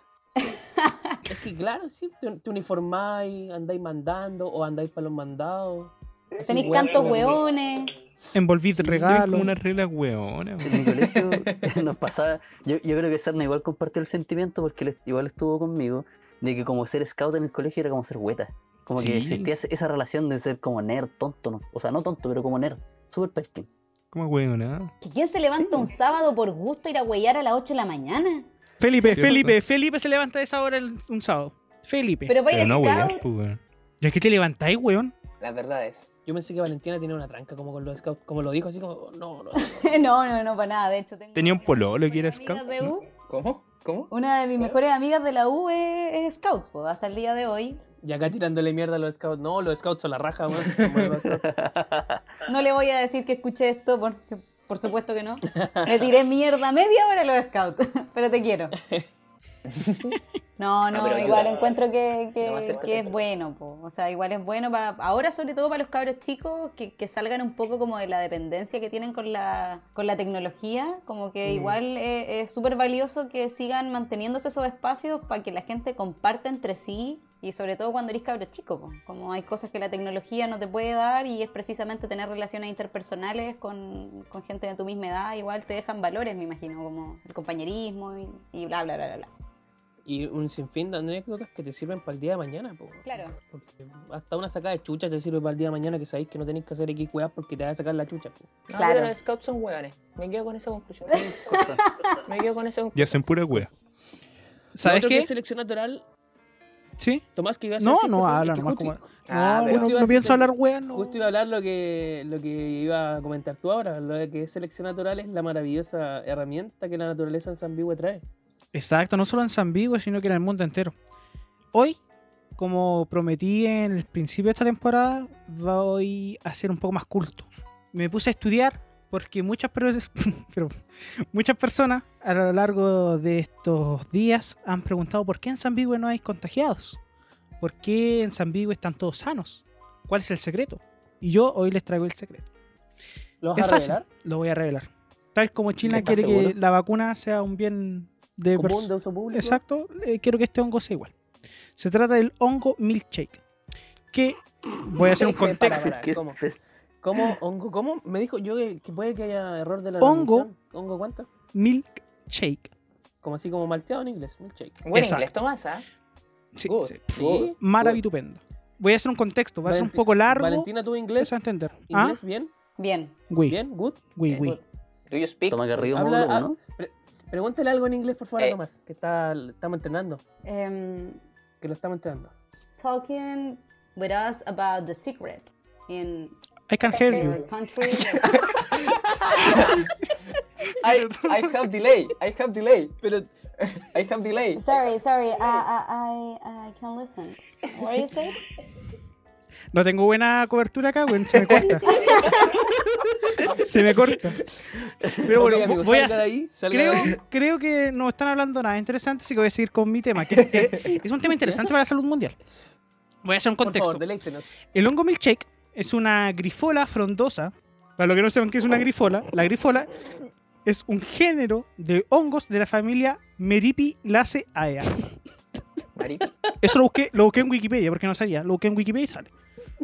S2: Es que, claro, sí. Te, te uniformáis, andáis mandando o andáis para los mandados. Así,
S6: Tenéis
S2: weón,
S6: tantos
S2: como-
S6: hueones.
S1: Envolvid
S5: Tienen
S1: regalos.
S5: como unas reglas weonas, weón.
S4: en mi colegio nos pasaba, yo, yo creo que Serna igual compartió el sentimiento porque él est- igual estuvo conmigo, de que como ser scout en el colegio era como ser hueta. Como
S5: Sí.
S4: que existía ese- esa relación de ser como nerd, tonto, no- o sea, no tonto, pero como nerd, super perkin.
S5: ¿Cómo weón? ah?
S6: ¿Que ¿Quién se levanta un sábado por gusto a ir a huellar a las 8 de la mañana?
S1: Felipe,
S5: Sí,
S1: Felipe,
S5: ¿verdad?
S1: Felipe se levanta a esa hora el- un sábado. Felipe.
S6: Pero para ir
S5: Pero
S6: a
S5: no weón,
S6: scout,
S5: pues, weón.
S1: ¿Ya que te levantáis, weón?
S3: La verdad es.
S2: Yo pensé que Valentina tenía una tranca como con los scouts. Como lo dijo, así como. oh, No, no.
S6: no, no, no, para nada. De hecho, tengo
S5: pues. Tenía un
S6: una-
S5: pololo que era
S6: una amiga
S5: scout,
S6: de
S5: ¿no?
S6: U.
S3: ¿Cómo? ¿Cómo?
S6: Una de mis mejores amigas de la U es, es scout, po, hasta el día de hoy.
S2: Y acá tirándole mierda a los scouts. No, los scouts son la raja, weón. Como los scouts.
S6: No le voy a decir que escuché esto, por, su- por supuesto que no. Le tiré mierda media hora a los scouts, pero te quiero.
S3: No,
S6: No, no,
S3: pero
S6: igual
S3: ayuda.
S6: encuentro que, que-
S3: No va a ser
S6: que
S3: cosa.
S6: es bueno, po. o sea, igual es bueno para, ahora sobre todo para los cabros chicos que, que salgan un poco como de la dependencia que tienen con la, con la tecnología, como que igual eh, es súper valioso que sigan manteniéndose esos espacios para que la gente comparta entre sí y sobre todo cuando eres cabro chico, po. como hay cosas que la tecnología no te puede dar y es precisamente tener relaciones interpersonales con, con gente de tu misma edad, igual te dejan valores, me imagino, como el compañerismo y, y bla, bla, bla, bla, bla.
S2: Y un sinfín de anécdotas que te sirven para el día de mañana, po.
S6: Claro.
S2: Porque hasta una sacada de chucha te sirve para el día de mañana que sabéis que no tenéis que hacer X weas porque te vas a sacar la chucha, po.
S3: No,
S6: Claro.
S3: pero los scouts son weones. Me quedo con esa conclusión.
S4: Corta.
S3: Me quedo con esa
S5: Y
S3: conclusión.
S5: hacen pura weón.
S1: ¿Sabes
S2: Lo otro que
S1: qué?
S2: es selección natural,
S1: ¿Sí?
S2: Tomás, que ibas a
S1: No,
S2: decir,
S1: no,
S2: por favor,
S1: habla
S2: es que
S1: nomás
S2: justo-
S1: como-
S3: Ah,
S1: no,
S3: pero-
S1: no,
S2: Justo iba
S1: no
S2: a
S1: pienso
S2: decir-
S1: hablar, weón. no.
S2: Justo iba a hablar lo que, lo que iba a comentar tú ahora, lo de que es selección natural es la maravillosa herramienta que la naturaleza en San Vigo trae.
S1: Exacto, no solo en San Vigo, sino que en el mundo entero. Hoy, como prometí en el principio de esta temporada, voy a ser un poco más culto. Me puse a estudiar porque muchas, pero- pero muchas personas a lo largo de estos días han preguntado por qué en San Vigo no hay contagiados. ¿Por qué en San Vigo están todos sanos? ¿Cuál es el secreto? Y yo hoy les traigo el secreto.
S2: ¿Lo vas
S1: Es
S2: a
S1: fácil,
S2: revelar?
S1: lo voy a revelar. Tal como China
S3: ¿Estás
S1: quiere que
S3: seguro?
S1: la vacuna sea un bien de
S2: ¿Común
S1: pers-
S2: de uso público?
S1: Exacto, eh, quiero que este hongo sea igual. Se trata del hongo milkshake. Que voy a hacer un
S2: Para,
S1: contexto.
S2: para, ¿cómo? ¿Cómo? ¿Hongo? ¿Cómo? Me dijo yo que, que puede que haya error de la
S1: Hongo.
S2: traducción. ¿Hongo cuánto?
S1: Milkshake.
S2: Como así como malteado en inglés, milkshake.
S3: Buen
S1: Exacto.
S3: inglés, Tomás, ¿ah?
S1: Sí,
S3: Good.
S1: sí.
S2: ¿Sí?
S1: Maravitupendo. Voy a hacer un contexto, va a ser un
S2: Valenti-
S1: poco largo.
S2: Valentina, ¿tú inglés?
S1: Eso a entender. ¿Ah?
S2: ¿Inglés bien?
S6: Bien.
S1: Oui,
S2: ¿Bien? ¿Good?
S1: oui,
S3: Eh,
S1: oui.
S6: good.
S3: Do you speak?
S4: Toma que arriba
S2: Habla-
S4: módulo
S2: ah,
S4: 1.
S2: pre- pregúntale algo en inglés, por favor, a
S3: Eh.
S2: Tomás, que está, estamos entrenando,
S6: Em,
S2: que lo estamos entrenando.
S6: talking with us about the secret in
S1: I can help you.
S6: your country.
S3: I, I have delay. I have delay.
S2: Pero,
S3: I have delay.
S6: sorry, sorry. I, I, I, I can listen. What do you say?
S1: No tengo buena cobertura acá, güey. Se me corta. se me corta. Pero bueno,
S2: Ok, amigo,
S1: voy a
S2: salga
S1: hacer.
S2: de ahí, salga de ahí.
S1: Creo, creo que no están hablando nada interesante, así que voy a seguir con mi tema, que es, que es un tema interesante para la salud mundial. Voy a hacer un
S2: Por
S1: contexto.
S2: favor, deleítenos.
S1: El hongo milkshake es una grifola frondosa. Para los que no sepan qué es una grifola, la grifola es un género de hongos de la familia Meripilaceae.
S3: Maripi.
S1: Eso lo busqué, lo busqué en Wikipedia porque no sabía. Lo busqué en Wikipedia y sale.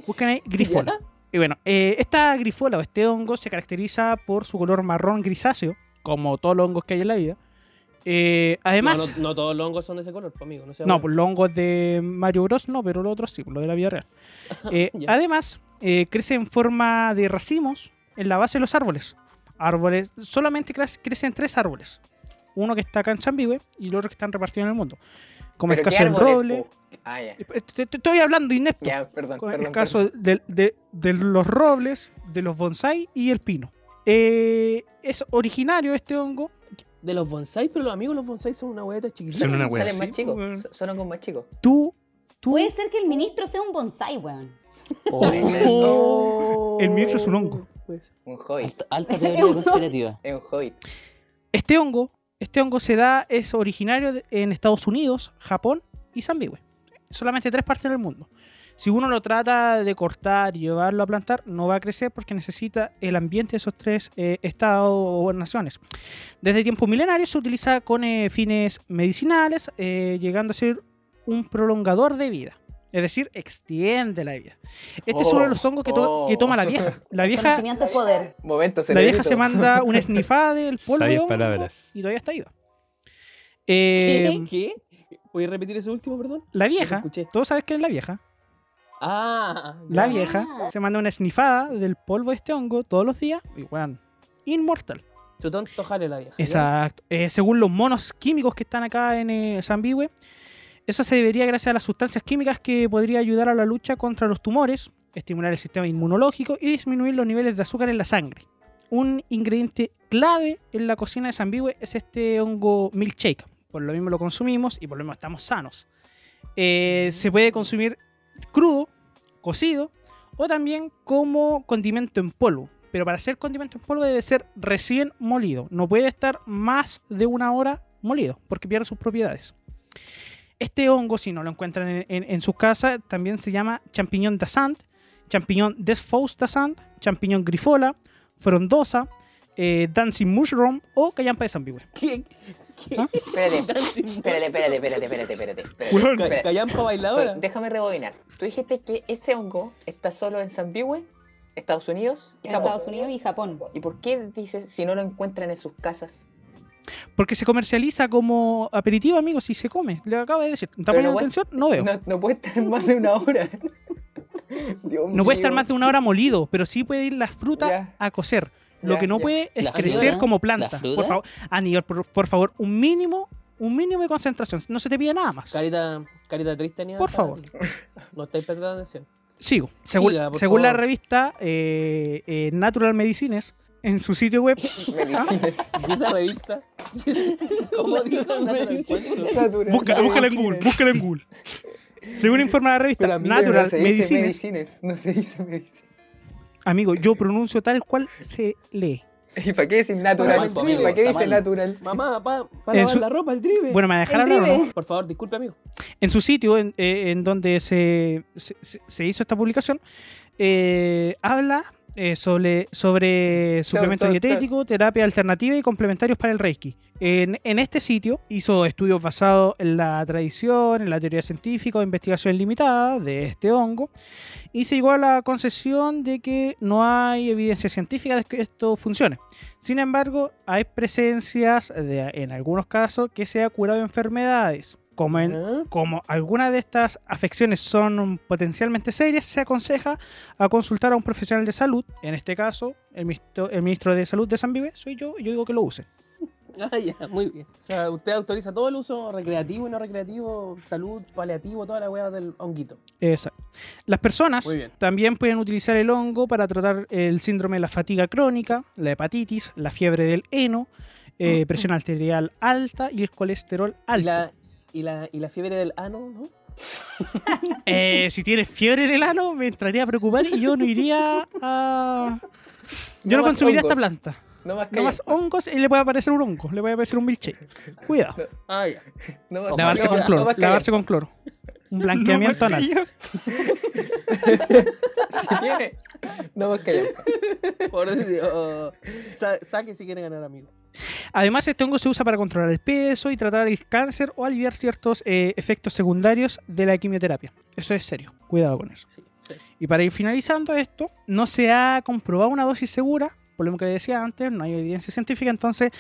S1: Buscan ahí grifola. Y bueno, eh, esta grifola o este hongo se caracteriza por su color marrón grisáceo, como todos los hongos que hay en la vida. Eh, además,
S2: No, no- no todos los hongos son de ese color, pues, amigo. No, sea
S1: no,
S2: bueno.
S1: pues los hongos de Mario Bros no, pero los otros sí, los de la vida real. Eh,
S2: Ya.
S1: además, eh, crece en forma de racimos en la base de los árboles. Árboles, solamente cre- crecen tres árboles. Uno que está acá en Zambihue y los otros que están repartidos en el mundo. Como el
S3: ¿Pero qué
S1: caso del
S3: árboles?
S1: roble.
S3: Uh, ah, ya.
S1: Eh, Te, te estoy hablando, Inés. po.
S3: Ya, perdón,
S1: Con
S3: perdón.
S1: el caso del- de, de los robles, de los bonsai y el pino. Eh, es originario este hongo.
S2: De los bonsais, pero los amigos los bonsais son una hueá chiquitita.
S5: Son una
S3: perdón.
S5: wea
S3: Salen más
S5: así,
S3: chicos.
S5: weón.
S3: so- Son hongos más chicos.
S1: Tú, tú
S6: Puede ser que el ministro sea un bonsai, weón. Oh.
S3: Puede ser
S2: No.
S1: Oh, El miembro es un hongo.
S2: Pues,
S3: un hobbit.
S4: Alta, alta teoría conspirativa.
S3: Es un hobbit.
S1: Este hongo, este hongo se da, es originario de- en Estados Unidos, Japón y Zimbabue. Solamente tres partes del mundo. Si uno lo trata de cortar y llevarlo a plantar, no va a crecer porque necesita el ambiente de esos tres eh, estados o naciones. Desde tiempos milenarios se utiliza con eh, fines medicinales, eh, llegando a ser un prolongador de vida. Es decir, extiende la vida. Este es uno de
S3: Oh,
S1: los hongos que, to-
S3: oh.
S1: que toma la vieja. La vieja
S6: Conocimiento es poder.
S3: Momento,
S1: la vieja
S3: cerebrito.
S1: se manda una esnifada del polvo de
S5: Sabias
S1: hongo
S5: palabras.
S1: y todavía está viva.
S2: ¿Qué?
S1: Eh,
S2: ¿Qué? ¿Voy a repetir ese último, perdón?
S1: la vieja,
S2: escuché.
S1: todos sabes quién es la vieja.
S2: Ah,
S1: La
S2: ya.
S1: vieja se manda una esnifada del polvo de este hongo todos los días y weón, inmortal.
S2: Su tonto jale la vieja. ya.
S1: Exacto. Eh, según los monos químicos que están acá en eh, Zambihue, eso se debería gracias a las sustancias químicas que podría ayudar a la lucha contra los tumores, estimular el sistema inmunológico y disminuir los niveles de azúcar en la sangre. Un ingrediente clave en la cocina de Zambihue es este hongo milkshake. Por lo mismo lo consumimos y por lo mismo estamos sanos. Eh, se puede consumir crudo, cocido o también como condimento en polvo. Pero para ser condimento en polvo debe ser recién molido. No puede estar más de una hora molido porque pierde sus propiedades. Este hongo, si no lo encuentran en, en- en sus casas, también se llama champiñón dasant, champiñón desfaus dasant, champiñón grifola, frondosa, eh, dancing mushroom o callampa de Zambihue.
S2: ¿Qué? ¿Qué?
S1: ¿Ah?
S3: Espérate,
S2: Dancing
S3: espérate, espérate, espérate, espérate, espérate. espérate.
S1: Weón.
S2: Ca-
S3: Espera.
S2: Callampa bailadora.
S3: Estoy- déjame rebobinar. Tú dijiste que ese hongo está solo en Zimbabue, Estados Unidos y
S6: En
S3: Japón.
S6: Estados Unidos y Japón.
S3: ¿Y por qué dices si no lo encuentran en sus casas?
S1: Porque se comercializa como aperitivo, amigos, y se come. Le acabo de decir. ¿Está poniendo
S3: Pero no puede-
S1: atención? No veo.
S3: No, no puede estar más de una hora. Dios
S1: No puede
S3: mío.
S1: estar más de una hora molido, pero sí puede ir la fruta
S3: Ya.
S1: a cocer. Lo
S3: Ya,
S1: que no
S3: ya.
S1: puede es
S4: ¿La
S1: crecer
S4: fruta?
S1: como
S4: ¿La
S1: planta.
S4: fruta?
S1: Por favor, Aníbal, por, por favor, un mínimo, un mínimo de concentración. No se te pide nada más.
S2: Carita, carita triste, ni
S1: Por favor.
S2: No estáis prestando atención.
S1: Sigo. Según,
S2: Siga, por
S1: según la
S2: favor.
S1: revista eh, eh, Natural Medicines, en su sitio web,
S3: Medicinas.
S2: ¿Y esa revista? ¿Cómo dijo la encuentro?
S1: búscala, búscala en Google, búscala en Google. Según informa la revista
S3: Pero, amigo,
S1: Natural
S3: no se dice
S1: Medicines,
S3: medicines, No se dice medicines.
S1: amigo, yo pronuncio tal cual se lee.
S3: ¿Y para qué decir natural?
S2: Está mal, amigo,
S3: ¿Para qué
S4: está
S3: dice
S4: mal.
S3: natural?
S2: Mamá, papá, para
S1: En
S2: lavar
S1: su-
S2: la ropa, el drive.
S1: Bueno, ¿me dejaron hablar o no?
S2: Por favor, disculpe, amigo.
S1: en su sitio en, eh, en donde se, se- se- se hizo esta publicación, eh, habla eh, sobre, sobre suplemento
S2: claro,
S1: dietético, terapia alternativa y complementarios para el Reiki. En, en este sitio hizo estudios basados en la tradición, en la teoría científica o investigación limitada de este hongo y se llegó a la concesión de que no hay evidencia científica de que esto funcione. Sin embargo, hay presencias de- en algunos casos que se ha curado enfermedades, como en,
S2: ¿Ah?
S1: como algunas de estas afecciones son potencialmente serias, se aconseja a consultar a un profesional de salud. En este caso, el ministro, el ministro de salud de San Vive soy yo, y yo digo que lo use.
S2: Ah, ya, muy bien. O sea, usted autoriza todo el uso recreativo y no recreativo, salud, paliativo, toda la weá del honguito.
S1: Exacto. Las personas
S2: Muy bien.
S1: también pueden utilizar el hongo para tratar el síndrome de la fatiga crónica, la hepatitis, la fiebre del heno, eh, presión arterial alta y el colesterol
S2: Y
S1: alto.
S2: Mm, la, y, la, y la fiebre del ano, ¿no?
S1: Eh, si tienes fiebre en el ano, me entraría a preocupar y yo no iría a... Yo
S3: No
S1: no,
S3: más
S1: consumiría esta
S3: hongos.
S1: planta.
S3: No más que
S1: No más hongos y le puede aparecer un hongo, le puede aparecer un milkshake. Cuidado.
S2: Ah, ya.
S3: no más-
S1: Lavarse
S3: no
S1: con
S3: más-
S1: cloro.
S3: no más que-
S1: lavarse con cloro. Un blanqueamiento anal.
S3: Si tiene. No más que
S2: Por Dios. Sa- Saquen si quieren ganar, amigo.
S1: Además, este hongo se usa para controlar el peso y tratar el cáncer o aliviar ciertos eh, efectos secundarios de la quimioterapia. Eso es serio. Cuidado con eso.
S2: Sí, sí.
S1: Y para ir finalizando esto, no se ha comprobado una dosis segura, por lo que decía antes, no hay evidencia científica, entonces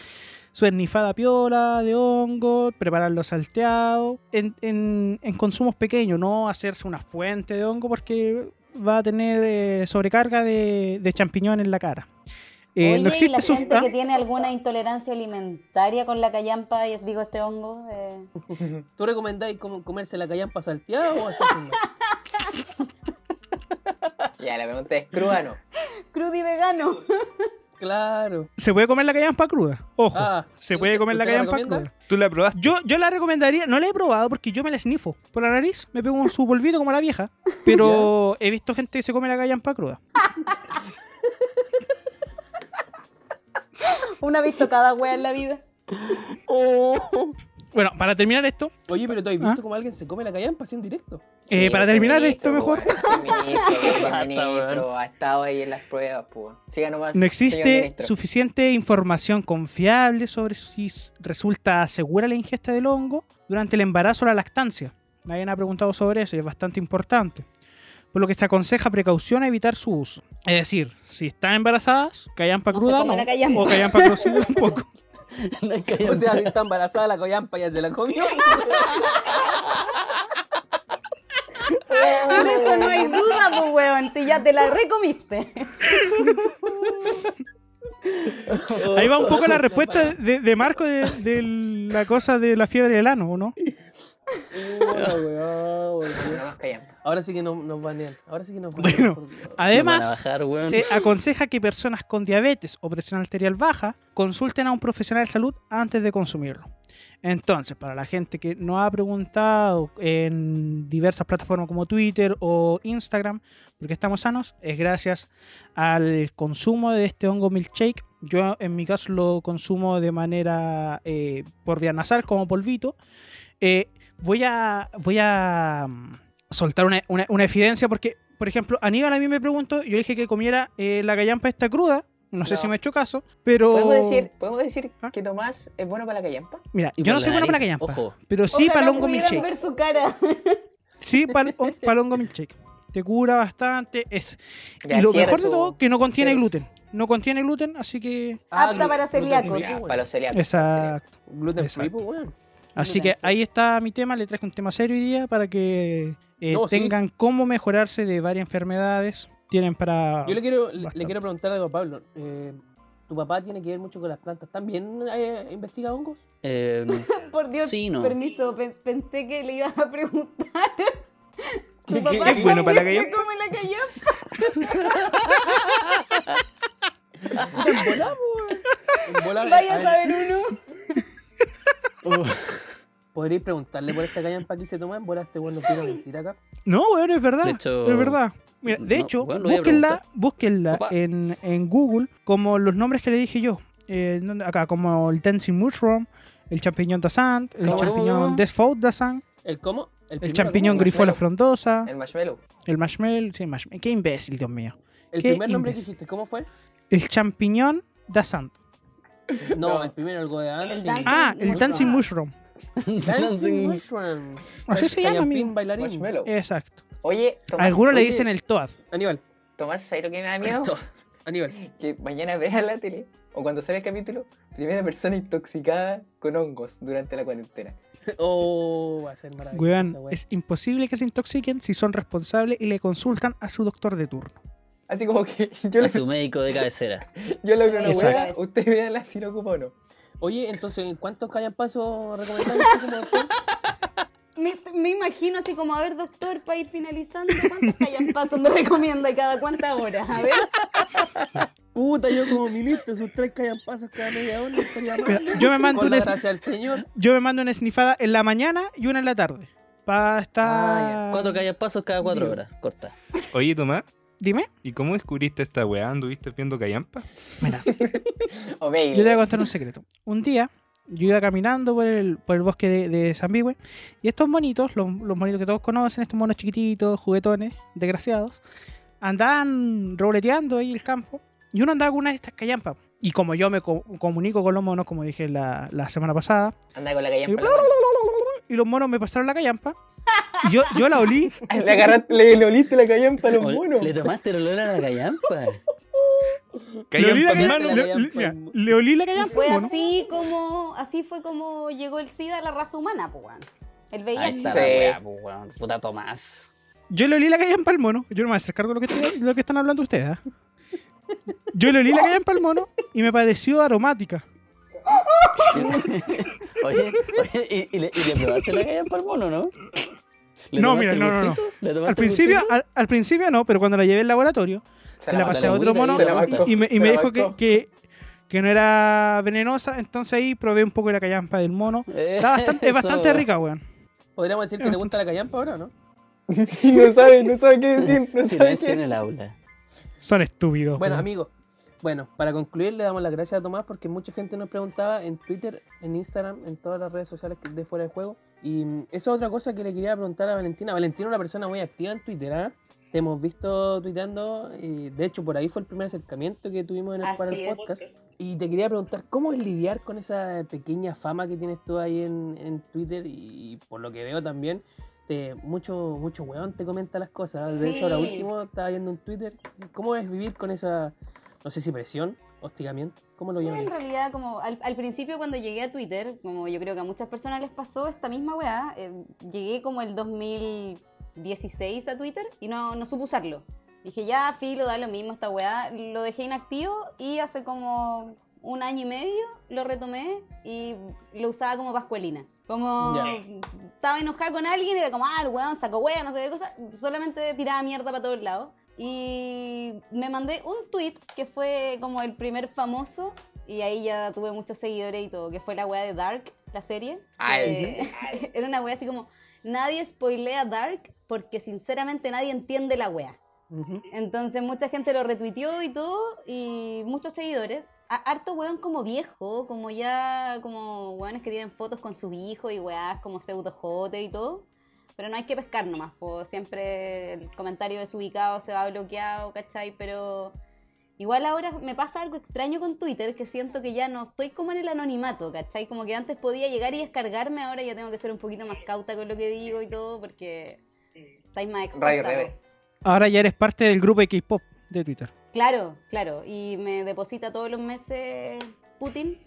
S1: su ernifada piola de hongo, prepararlo salteado, en, en- en consumos pequeños, no hacerse una fuente de hongo porque va a tener eh, sobrecarga de, de champiñón en la cara. Eh,
S6: Oye,
S1: no
S6: ¿y la
S1: existe su-
S6: gente
S1: ¿Ah?
S6: que tiene alguna intolerancia alimentaria con la callampa, y- digo este hongo, eh,
S2: ¿Tú recomendáis com- comerse la callampa salteada o así? sin más?
S3: Ya, la pregunta es crua, ¿no?
S6: crudo y vegano.
S2: Claro.
S1: Se puede comer la callampa cruda. Ojo,
S2: Ah,
S1: se
S2: ¿y
S1: puede
S2: usted-
S1: comer la
S2: usted la
S1: callampa
S2: recomienda?
S1: cruda.
S5: ¿Tú la probaste?
S1: Yo, yo la recomendaría, no la he probado porque yo me la snifo por la nariz, me pego un su polvito como la vieja, pero he visto gente que se come la callampa cruda.
S6: Una ha visto cada wea en la vida.
S1: Bueno, para terminar esto,
S2: Oye, pero tú has visto
S1: Oh. ¿Ah?
S2: cómo alguien se come la callampa sin directo.
S1: eh,
S3: Sí,
S1: para
S3: ese
S1: terminar esto
S3: ministro,
S1: mejor,
S3: pues, bueno, ese ministro,
S2: Basta,
S3: el ministro, ha estado ahí en las pruebas, pues. Siga nomás.
S1: no
S3: señor
S1: existe
S3: ministro.
S1: suficiente información confiable sobre si s- resulta segura la ingesta del hongo durante el embarazo o la lactancia. Nadie me ha preguntado sobre eso y es bastante importante. Por lo que se aconseja precaución a evitar su uso. Es decir, si están embarazadas, callampa
S6: No se
S1: cruda
S6: coma la callampa.
S1: o callampa cruda un poco.
S4: La
S2: O sea,
S4: callampa.
S2: si está embarazada la callampa ya se la comió.
S6: Por eso no hay duda, pues weón, si ya te la recomiste.
S1: Ahí va un poco la respuesta de, de Marco de, de la cosa de la fiebre del ano, ¿o ¿no?
S2: Hola, weá, weá.
S3: No más callampa.
S2: Ahora sí que no, nos banean. Ahora sí que nos
S1: Bueno.
S2: banean. por Dios.
S4: Nos van a
S1: Además,
S4: bajar, weón.
S1: se aconseja que personas con diabetes o presión arterial baja consulten a un profesional de salud antes de consumirlo. Entonces, para la gente que no ha preguntado en diversas plataformas como Twitter o Instagram, porque estamos sanos, es gracias al consumo de este hongo milkshake. Yo en mi caso lo consumo de manera eh, por vía nasal como polvito. Eh, voy a voy a mm, soltar una, una- una evidencia porque, por ejemplo, Aníbal a mí me preguntó, yo le dije que comiera eh, la gallampa esta cruda. No sé
S3: No.
S1: si me ha hecho caso, pero...
S3: ¿Podemos decir, ¿podemos decir
S1: Oh. ¿Ah?
S3: que Tomás es bueno para la callampa?
S1: Mira, yo
S4: Y por
S1: no
S4: la
S1: soy bueno para la
S4: nariz,
S1: gallampa,
S4: ojo.
S1: pero sí para
S6: Ojalá
S1: el hongo
S6: pudieran
S1: milkshake.
S6: ver su cara.
S1: Sí, pal- o- palongo milkshake. Te cura bastante. Es,
S3: Ya,
S1: y lo
S3: cierre
S1: mejor de
S3: su-
S1: todo, que no contiene
S3: cierre.
S1: gluten. No contiene gluten, así que.
S6: Apta para
S2: gluten
S6: celíacos.
S2: free,
S3: Ya,
S2: pues, weón.
S3: para los celíacos.
S1: Exacto.
S2: Gluten free,
S1: Exacto.
S2: pues, weón.
S1: Así que ahí está mi tema. Le traje un tema serio hoy día para que eh,
S2: No, sí.
S1: tengan cómo mejorarse de varias enfermedades. Tienen para.
S2: Yo le quiero, le- le,
S1: Bastante.
S2: quiero preguntar algo a Pablo. Eh, ¿Tu papá tiene que ver mucho con las plantas? ¿También eh, investiga hongos?
S4: Eh,
S6: Por Dios,
S4: Sí, no.
S6: permiso, pe- pensé que le ibas a preguntar.
S2: ¿Qué-
S6: ¿Tu
S2: qué-
S6: papá
S5: es bueno para la
S6: también se
S5: gallampa?
S6: come la gallampa?
S2: En bola, pues, weón. En bola,
S6: Vaya a
S2: ver,
S6: saber uno.
S2: ¿Podríais preguntarle por esta callampa que se toma? En bola, este weón no quiere mentir acá.
S1: No, weón, es verdad.
S4: De hecho-
S1: es verdad. Mira, de
S4: No,
S1: hecho,
S4: weón, lo voy a
S1: búsquenla,
S4: preguntar.
S1: búsquenla
S4: Papá.
S1: en, en Google como los nombres que le dije yo. Eh, ¿dónde? acá, como el Dancing Mushroom, el champiñón Dasant, el
S4: ¿Cómo?
S1: champiñón Desfault Dasant,
S2: ¿El cómo? El,
S1: el
S2: primero,
S1: champiñón
S2: ¿cómo?
S1: Grifola
S4: Eh.
S3: marshmallow.
S1: frondosa,
S3: El marshmallow.
S1: el marshmallow. Sí, marshmallow. Qué imbécil, Dios mío.
S2: El
S1: Qué
S2: primer nombre que
S1: imbécil.
S2: dijiste, ¿cómo fue?
S1: El champiñón da santo.
S2: No,
S3: No.
S2: el primero, el Godeán.
S6: El Dancing
S1: Ah, el
S6: Mushroom.
S1: Dancing Mushroom.
S2: Dancing Mushroom.
S1: Así se llama,
S2: Callampín,
S1: amigo.
S2: bailarín.
S3: Marshmallow.
S1: Exacto.
S3: Oye, Tomás.
S1: Eh, Algunos le
S3: oye,
S1: dicen el Toad.
S2: Aníbal.
S3: Tomás, ¿sabes lo que me da miedo?
S2: Esto. Aníbal.
S3: que mañana verás la tele o cuando sale el capítulo, primera persona intoxicada con hongos durante la cuarentena.
S2: Oh, va a ser maravilloso.
S1: Weón,
S2: weón.
S1: es imposible que se intoxiquen si son responsables y le consultan a su doctor de turno.
S3: Así como que yo
S4: A
S3: lo
S4: su médico de cabecera.
S3: yo logro una
S1: Exacto.
S3: hueá, usted véala si lo ocupa o no.
S2: Oye, entonces, ¿cuántos Este pasos recomendáis?
S6: Me, me imagino así como, a ver, doctor, para ir finalizando, ¿cuántos pasos me recomienda cada cuánta hora? A ver,
S2: Puta, yo como ministro, sus tres pasos cada media hora, no estaría mal.
S1: Mira, Yo me mando
S2: Con
S1: una,
S2: la
S1: es-
S2: gracia del Señor.
S1: yo me mando una snifada en la mañana y una en la tarde. Para
S3: Ah,
S1: estar.
S4: Cuatro pasos cada cuatro horas. Corta.
S5: Oye, Tomás,
S1: Dime.
S5: ¿y cómo descubriste esta weá? ¿Anduviste viendo callampa?
S1: Mira,
S3: Omega.
S1: yo te voy a contar un secreto. Un día, yo iba caminando por el, por el bosque de, de Zambihue y estos monitos, los, los monitos que todos conocen, estos monos chiquititos, juguetones, desgraciados, andaban roleteando ahí el campo y uno andaba con una de estas callampas. Y como yo me co- comunico con los monos, como dije la- la semana pasada,
S3: Anda con la calle
S1: Y, y los monos me pasaron la callampa. Y yo, yo la olí.
S3: Le agarraste, le, le oliste la callampa a los
S4: Ol-
S3: monos.
S4: Le tomaste el olor a la callampa.
S1: Le olí la
S5: Callampa, mi
S1: callampa,
S5: hermano.
S1: le- le-
S2: callampa.
S1: mira, le olí la
S6: y
S1: callampa.
S6: fue
S1: mono.
S6: así como, así fue como llegó el SIDA a la raza humana, pues, weón. El
S4: Ahí
S6: VIH.
S4: está la
S3: Sí.
S4: weá, pues, weón. Puta Tomás.
S1: Yo le olí la callampa al mono. Yo no me voy a hacer cargo de lo que, estoy- de lo que están hablando ustedes. ¿ah? Yo le olí la callampa al mono y me pareció aromática.
S4: Oye, oye ¿y, y le, y le probaste la callampa al mono, ¿no? ¿Le
S1: No, mira,
S4: tomaste el
S1: no, no, no.
S4: gustito? ¿Le tomaste
S1: Al
S4: el
S1: principio,
S4: gustito?
S1: al, al principio no, pero cuando la llevé al laboratorio, se, la
S4: la
S1: pasé a
S4: mató.
S1: otro
S4: Se
S1: mono
S4: la mató.
S1: y, y me, y
S3: Se
S1: me
S3: la
S1: dijo que,
S3: mató.
S1: que, que no era venenosa. Entonces ahí probé un poco de la callampa del mono. Está bastante, es
S4: Eso.
S1: bastante rica, weón.
S2: Podríamos decir que te gusta la callampa ahora, ¿no?
S3: no sabe, no sabe qué decir, no sabe
S4: Silencio
S3: qué
S4: en el
S3: decir.
S4: aula.
S1: Son estúpidos.
S2: Bueno,
S1: weón.
S2: amigos. Bueno, para concluir le damos las gracias a Tomás porque mucha gente nos preguntaba en Twitter, en Instagram, en todas las redes sociales que- de fuera de juego. Y mm, esa es otra cosa que le quería preguntar a Valentina. Valentina es una persona muy activa en Twitter, ¿ah? Te hemos visto tuiteando y de hecho por ahí fue el primer acercamiento que tuvimos en el, para el
S6: Así es.
S2: podcast. Y te quería preguntar, ¿cómo es lidiar con esa pequeña fama que tienes tú ahí en, en Twitter? Y, por lo que veo también, te, mucho, mucho weón te comenta las cosas. De hecho, ahora
S6: Sí.
S2: último estaba viendo en Twitter. ¿Cómo es vivir con esa, no sé si presión, hostigamiento? ¿Cómo lo
S6: Yo en
S2: llaman?
S6: realidad, como al, al principio cuando llegué a Twitter, como yo creo que a muchas personas les pasó esta misma weá, eh, llegué como el 2016 a Twitter y no, no supe usarlo. Dije, ya, filo, da lo mismo esta weá. Lo dejé inactivo y hace como un año y medio lo retomé y lo usaba como pascualina. Como
S2: Ya.
S6: estaba enojada con alguien y era como, ah, el weón sacó wea, no sé qué cosa. Solamente tiraba mierda para todos lados. Y me mandé un tweet que fue como el primer famoso y ahí ya tuve muchos seguidores y todo, que fue la wea de Dark, la serie.
S3: Ay,
S6: que- era una wea así como, nadie spoilea Dark porque sinceramente nadie entiende la wea.
S2: Ujú.
S6: Entonces mucha gente lo retuiteó y todo, y muchos seguidores. A- harto weón como viejo, como ya, como weones que tienen fotos con sus hijos y weás como pseudojote y todo. Pero no hay que pescar nomás, po. siempre el comentario desubicado se va bloqueado, ¿cachai? Pero igual ahora me pasa algo extraño con Twitter, que siento que ya no estoy como en el anonimato, ¿cachai? Como que antes podía llegar y descargarme, ahora ya tengo que ser un poquito más cauta con lo que digo y todo, porque estáis más
S3: Radio
S6: expuesta. po.
S3: Rebel.
S1: Ahora ya eres parte del grupo de K-pop de Twitter.
S6: Claro, claro. Y me deposita todos los meses Putin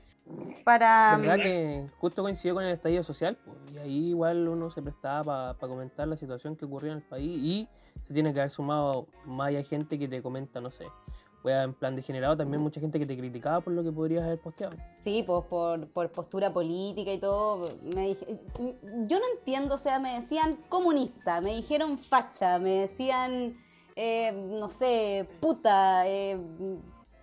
S6: para...
S2: ¿Verdad que justo coincidió con el estallido social? po? y ahí igual uno se prestaba para comentar la situación que ocurrió en el país y se tiene que haber sumado más hay gente que te comenta, no sé, wea en plan degenerado, también mucha gente que te criticaba por lo que podrías haber posteado.
S6: Sí, pues por, por postura política y todo. Me dije- yo no entiendo, o sea, me decían comunista, me dijeron facha, me decían, eh, no sé, puta, eh,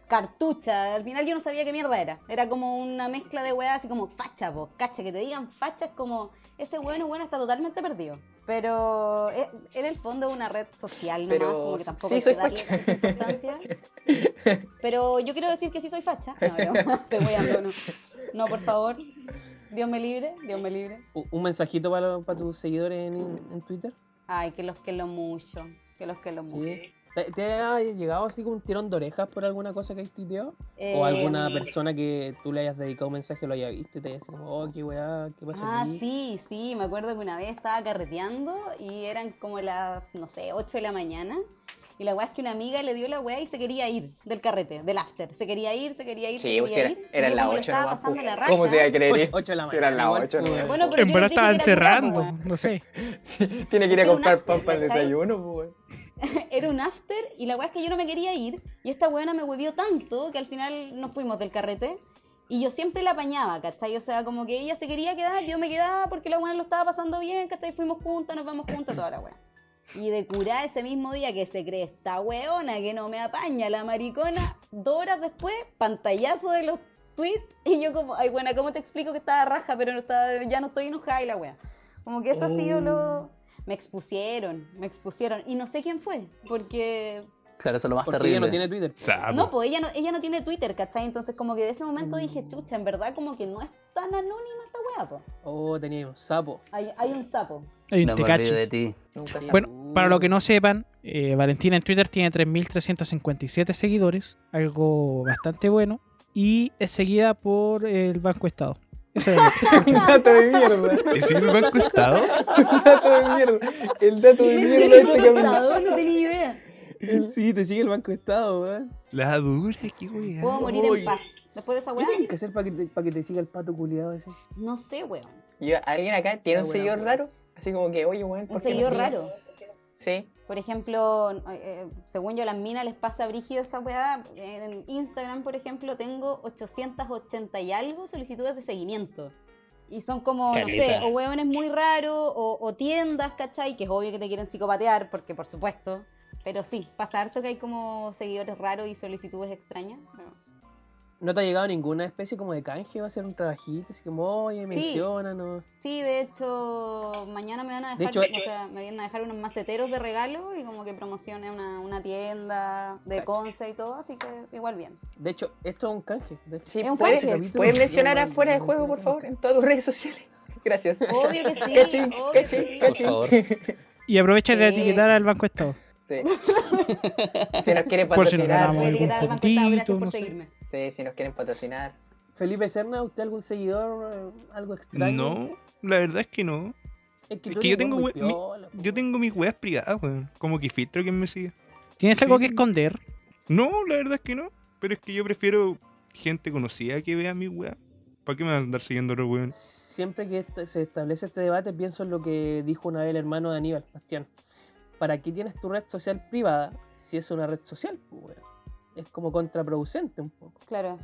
S6: cartucha. Al final yo no sabía qué mierda era. Era como una mezcla de weas así como facha, pues, cacha, que te digan facha es como, ese bueno, bueno, está totalmente perdido. Pero eh, en el fondo es una red social, nomás,
S3: Pero
S6: como que tampoco
S3: sí,
S6: hay
S3: soy
S6: que darle
S3: facha.
S6: tanta importancia. Pero yo quiero decir que sí soy facha. No, no, estoy hueando, no. No, por favor. Dios me libre, Dios me libre.
S2: U- ¿Un mensajito para, para tus seguidores en, en Twitter?
S6: Ay, que los que lo mucho. Que los que lo mucho.
S2: Sí. ¿Te, te ha llegado así como un tirón de orejas por alguna cosa que has tuiteado? ¿O alguna
S6: Em,
S2: persona que tú le hayas dedicado un mensaje lo haya visto y te haya dicho, oh, qué weá, qué pasó
S6: Ah,
S2: aquí?"
S6: sí, sí, me acuerdo que una vez estaba carreteando y eran como las, no sé, 8 de la mañana. Y la weá es que una amiga le dio la weá y se quería ir del carrete, del after. Se quería ir, se quería ir,
S3: Sí,
S6: se quería
S3: pues era,
S6: ir.
S3: eran
S6: Y
S3: las
S6: como le
S3: 8
S6: estaba
S3: nomás.
S6: pasando
S3: pues.
S6: la raja.
S3: ¿Cómo se iba a creer
S2: Ocho-
S3: ir?
S2: ocho de la
S3: Si eran las
S2: mañana,
S3: 8,
S2: igual, pues.
S6: Bueno, pero
S1: En
S6: yo
S1: verdad
S6: les dije que
S1: estaban
S6: era un trapo,
S1: cerrando, no sé.
S3: Tiene que ir a
S6: Era un
S3: comprar
S6: asco,
S3: pan para el
S6: ¿cachai?
S3: desayuno, pues.
S6: era un after y la weá es que yo no me quería ir y esta weona me huevió tanto que al final nos fuimos del carrete y yo siempre la apañaba, ¿cachai? O sea, como que ella se quería quedar, yo me quedaba porque la weona lo estaba pasando bien, ¿cachai? Fuimos juntas, nos vamos juntas, toda la weá. Y de curar ese mismo día que se cree esta weona que no me apaña, la maricona, dos horas después, pantallazo de los tweets y yo como, ay, buena, ¿cómo te explico que estaba raja, pero no estaba, ya no estoy enojada y la wea? Como que eso ha sido lo... Me expusieron, me expusieron. Y no sé quién fue, porque...
S4: Claro, eso es lo más
S2: Porque
S4: terrible.
S2: ella no tiene Twitter. pues.
S3: Ah,
S5: Sapo.
S6: No, pues ella no, ella no tiene Twitter, ¿cachai? Entonces como que de ese momento dije, chucha, en verdad como que no es tan anónima esta wea, po.
S2: Oh, tenía un sapo.
S6: Hay, hay un sapo.
S1: Hay un
S4: No me olvido
S1: tecachi.
S4: de ti.
S3: Nunca se
S1: Bueno, para los que no sepan, eh, Valentina en Twitter tiene 3.357 seguidores, algo bastante bueno, y es seguida por el Banco Estado. Eso es
S3: Un dato de mierda.
S5: pues, ¿Y si me han costado?
S3: Un dato de mierda. El dato de
S6: ¿En
S3: mierda
S6: serio?
S3: este
S6: ¿Un
S3: camino.
S6: contador? No tenía idea.
S2: Sí, te sigue el Banco de Estado, weón.
S5: La dura, qué wea.
S6: Puedo morir en paz. Después de esa
S2: ¿Qué
S6: wea,
S2: tienes que hacer para que, te- pa' que te siga el pato culiado ese?
S6: no sé, weón.
S3: Yo- ¿Alguien acá tiene un
S2: Está
S3: seguidor
S2: bueno,
S3: raro? Así como que, oye, weón,
S6: Un
S3: ¿por qué no
S6: seguidor
S3: sigues?
S6: raro.
S3: Sí.
S6: Por ejemplo, eh, eh, según yo, a las minas les pasa brígido esa weá. En Instagram, por ejemplo, tengo 880 y algo solicitudes de seguimiento. Y son como, no
S4: Caleta.
S6: sé, o hueones muy raros, o, o tiendas, ¿cachai? Que es obvio que te quieren psicopatear, porque por supuesto. Pero sí, pasa harto que hay como seguidores raros y solicitudes extrañas. pero-
S2: ¿No te ha llegado ninguna especie como de canje? ¿Va a ser un trabajito? Así como, oye, menciona, ¿no?
S6: Sí, de hecho, mañana me van a
S2: De
S6: dejar,
S2: hecho-
S6: o sea, me vienen a dejar unos maceteros de regalo y como que promocione una, una tienda de
S2: Cacho.
S6: conce y todo, así que igual bien.
S2: De hecho, esto es un canje. De hecho. Este
S3: Sí,
S6: Es un
S3: ¿puedes,
S6: canje.
S2: Capítulo.
S3: puedes mencionar
S2: No, no,
S3: afuera de
S2: no,
S3: juego,
S2: no,
S3: por
S2: no.
S3: favor? En todas tus redes sociales. Gracias.
S6: Obvio que sí,
S3: Cachín,
S6: obvio que
S3: cachín,
S6: sí.
S4: Por
S3: cachín.
S4: favor.
S1: Y aprovecha de
S6: Sí.
S1: etiquetar al Banco Estado.
S3: Sí. Si nos quieren
S1: Por si nos
S3: patrocinar.
S1: ganamos
S6: Voy a
S1: algún
S6: etiquetar al Banco Estado,
S1: puntito,
S6: gracias por
S1: no sé.
S6: seguirme.
S3: Sí, si nos quieren patrocinar.
S2: Felipe Serna, ¿usted algún seguidor? eh, ¿Algo extraño?
S5: No, la verdad es que no.
S2: Es que,
S5: Es
S2: tú
S5: que
S2: eres
S5: yo tengo
S2: muy
S5: we- mi-
S2: piola, po,
S5: Yo tengo mis weas privadas, weón. Como que filtro quien me sigue.
S1: ¿Tienes algo que
S5: Sí.
S1: esconder?
S5: No, la verdad es que no. Pero es que yo prefiero gente conocida que vea mis weas. ¿Para qué me van a andar siguiendo los weones?
S2: Siempre que este- se establece este debate, pienso en lo que dijo una vez el hermano de Aníbal, Bastián. ¿Para qué tienes tu red social privada si es una red social? pues, weón? Es como contraproducente un poco.
S6: Claro.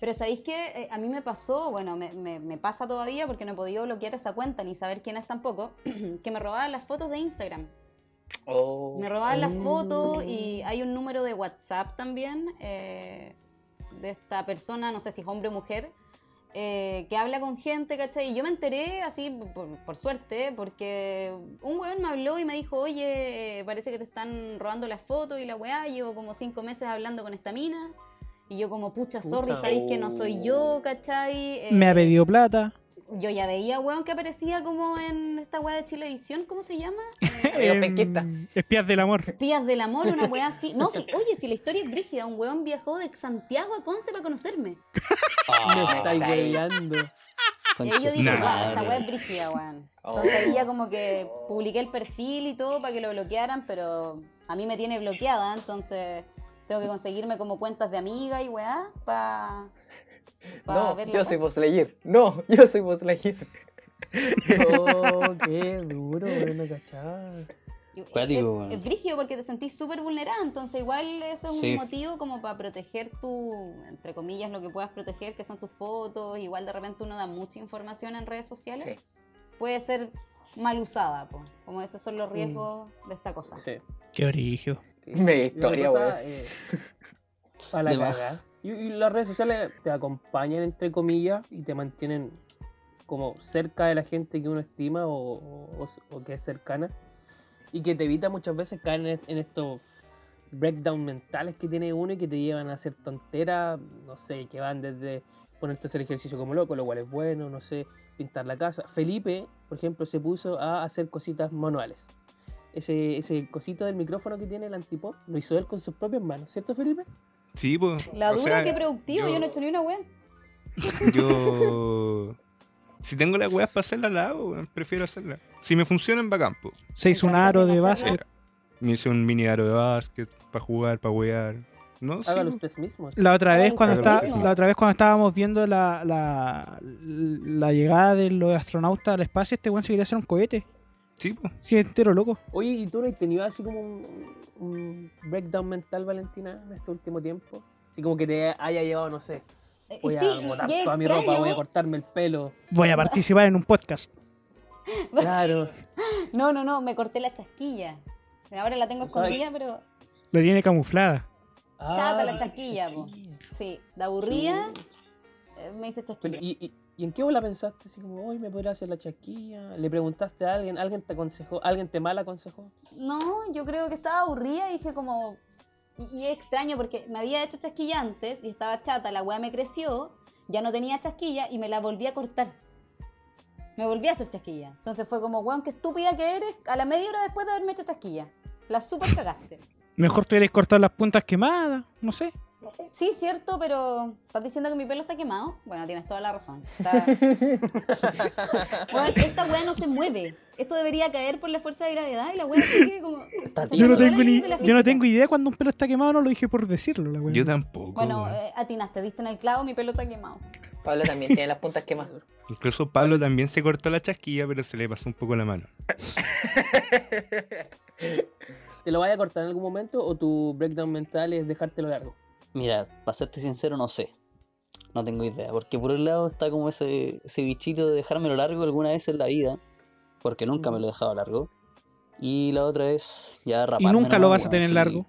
S6: Pero ¿sabéis que a mí me pasó, bueno, me, me- me pasa todavía porque no he podido bloquear esa cuenta ni saber quién es tampoco, que me robaban las fotos de Instagram.
S3: Oh.
S6: Me robaban las
S2: Oh.
S6: fotos y hay un número de WhatsApp también eh, de esta persona, no sé si es hombre o mujer, eh, que habla con gente, ¿cachai? Y yo me enteré así, por, por suerte, porque un weón me habló y me dijo, oye, eh, parece que te están robando las fotos y la weá, llevo como cinco meses hablando con esta mina. Y yo como, pucha, sorry,
S2: Puta.
S6: sabéis que no soy yo, ¿cachai? Eh,
S1: Oh. Me ha pedido plata.
S6: Yo ya veía, weón, que aparecía como en esta weá de Chilevisión, ¿cómo se llama?
S3: Amigo
S1: Em,
S3: penquista.
S1: espías del amor.
S6: Espías del amor, una weá así. No, si, oye, si la historia es brígida, un weón viajó de Santiago a Conce para conocerme.
S2: Me
S4: Ah,
S2: estáis
S3: está ahí.
S2: weyando.
S6: Y ahí yo
S4: concha
S6: dije,
S5: Nah.
S6: "Guau, esta weá
S4: madre.
S6: es brígida, weón.
S3: Oh.
S6: Entonces ahí ya como que publiqué el perfil y todo para que lo bloquearan, pero a mí me tiene bloqueada, entonces tengo que conseguirme como cuentas de amiga y weá para
S3: No, yo soy Boslayer. No, yo soy Boslayer.
S2: Oh, qué duro, weón, no cachaba.
S4: Cuático, weón.
S6: eh, Es, es brígido porque te sentís súper vulnerada, entonces igual eso es
S4: Sí.
S6: un motivo como para proteger tu, entre comillas, lo que puedas proteger, que son tus fotos, igual de repente uno da mucha información en redes sociales,
S3: Sí.
S6: puede ser mal usada, po. como esos son
S2: Mm.
S6: los riesgos de esta cosa.
S2: Sí.
S1: Qué origen.
S3: Media
S2: Y otra
S3: historia,
S2: cosa,
S3: weón.
S2: eh, Para la
S4: De más.
S2: cagada. Y, y las redes sociales te acompañan, entre comillas, y te mantienen como cerca de la gente que uno estima o, o- o que es cercana. Y que te evita muchas veces caer en, est- en estos breakdown mentales que tiene uno y que te llevan a hacer tonteras, no sé, que van desde ponerte a hacer ejercicio como loco, lo cual es bueno, no sé, pintar la casa. Felipe, por ejemplo, se puso a hacer cositas manuales. ese, ese cosito del micrófono que tiene el antipop, lo hizo él con sus propias manos, ¿cierto, Felipe?
S5: Sí, pues.
S6: La
S5: o
S6: dura,
S5: sea,
S6: qué productivo, yo... no he hecho ni una wea.
S5: Yo. Si tengo las weas para hacerla, la hago, weón, prefiero hacerla. Si me funcionan, va campo.
S1: Se hizo un aro de básquet.
S5: Me hice un mini aro de básquet para jugar, para wear. No, sí,
S2: Hágalo
S5: pues.
S2: ustedes mismos.
S1: La otra vez
S6: Ay,
S1: cuando
S5: claro,
S1: está,
S5: sí.
S1: la otra vez cuando estábamos viendo la, la, la llegada de los astronautas al espacio, este weón se quería hacer un cohete.
S5: sí, pues.
S1: Sí, entero loco.
S2: Oye, ¿y tú no has tenido así como un, un breakdown mental, Valentina, en este último tiempo? Así como que te haya llevado, no sé,
S6: Eh,
S2: voy
S6: sí,
S2: a botar
S6: y es
S2: toda mi
S6: extraño.
S2: ropa, voy a cortarme el pelo.
S1: Voy a participar en un podcast.
S2: Claro.
S6: No, no, no, me corté la chasquilla. Ahora la tengo
S2: Ay.
S6: escondida, pero
S1: La tiene camuflada.
S2: Ah,
S6: Chata la
S2: no sé,
S6: chasquilla, po.
S2: chasquilla.
S6: sí, la aburrida, eh, me hice
S2: Pero,
S6: chasquilla.
S2: ¿y, y, y en qué bola pensaste? Así como, hoy me podría hacer la chasquilla. ¿Le preguntaste a alguien? ¿Alguien te aconsejó? ¿Alguien te mal aconsejó?
S6: No, yo creo que estaba aburrida y dije como... Y, y es extraño porque me había hecho chasquilla antes y estaba chata, la weá me creció, ya no tenía chasquilla y me la volví a cortar. Me volví a hacer chasquilla. Entonces fue como, weón, qué estúpida que eres a la media hora después de haberme hecho chasquilla. La super cagaste.
S1: Mejor te hubieras cortado las puntas quemadas, no sé.
S6: Sí, cierto, pero estás diciendo que mi pelo está quemado. Bueno, tienes toda la razón. Está- Weón, esta weá no se mueve. Esto debería caer por la fuerza de gravedad y la weá sigue como.
S1: Yo no
S6: Son
S1: tengo ni,
S6: leyes de la
S1: yo no
S6: física.
S1: tengo idea cuando un pelo está quemado, no lo dije por decirlo, la weón.
S5: Yo tampoco.
S6: Bueno,
S5: weón.
S6: eh, atinaste, viste en el clavo, mi pelo está quemado.
S3: Pablo también tiene las puntas quemadas.
S5: Incluso Pablo también se cortó la chasquilla, pero se le pasó un poco la mano.
S2: ¿Te lo vaya a cortar en algún momento o tu breakdown mental es dejártelo largo?
S4: Mira, para serte sincero, no sé. No tengo idea. Porque por un lado está como ese, ese bichito de dejármelo largo alguna vez en la vida. Porque nunca me lo he dejado largo. Y la otra es ya raparme.
S1: nunca lo
S4: nomás,
S1: vas a
S4: weón,
S1: tener
S4: si-
S1: largo.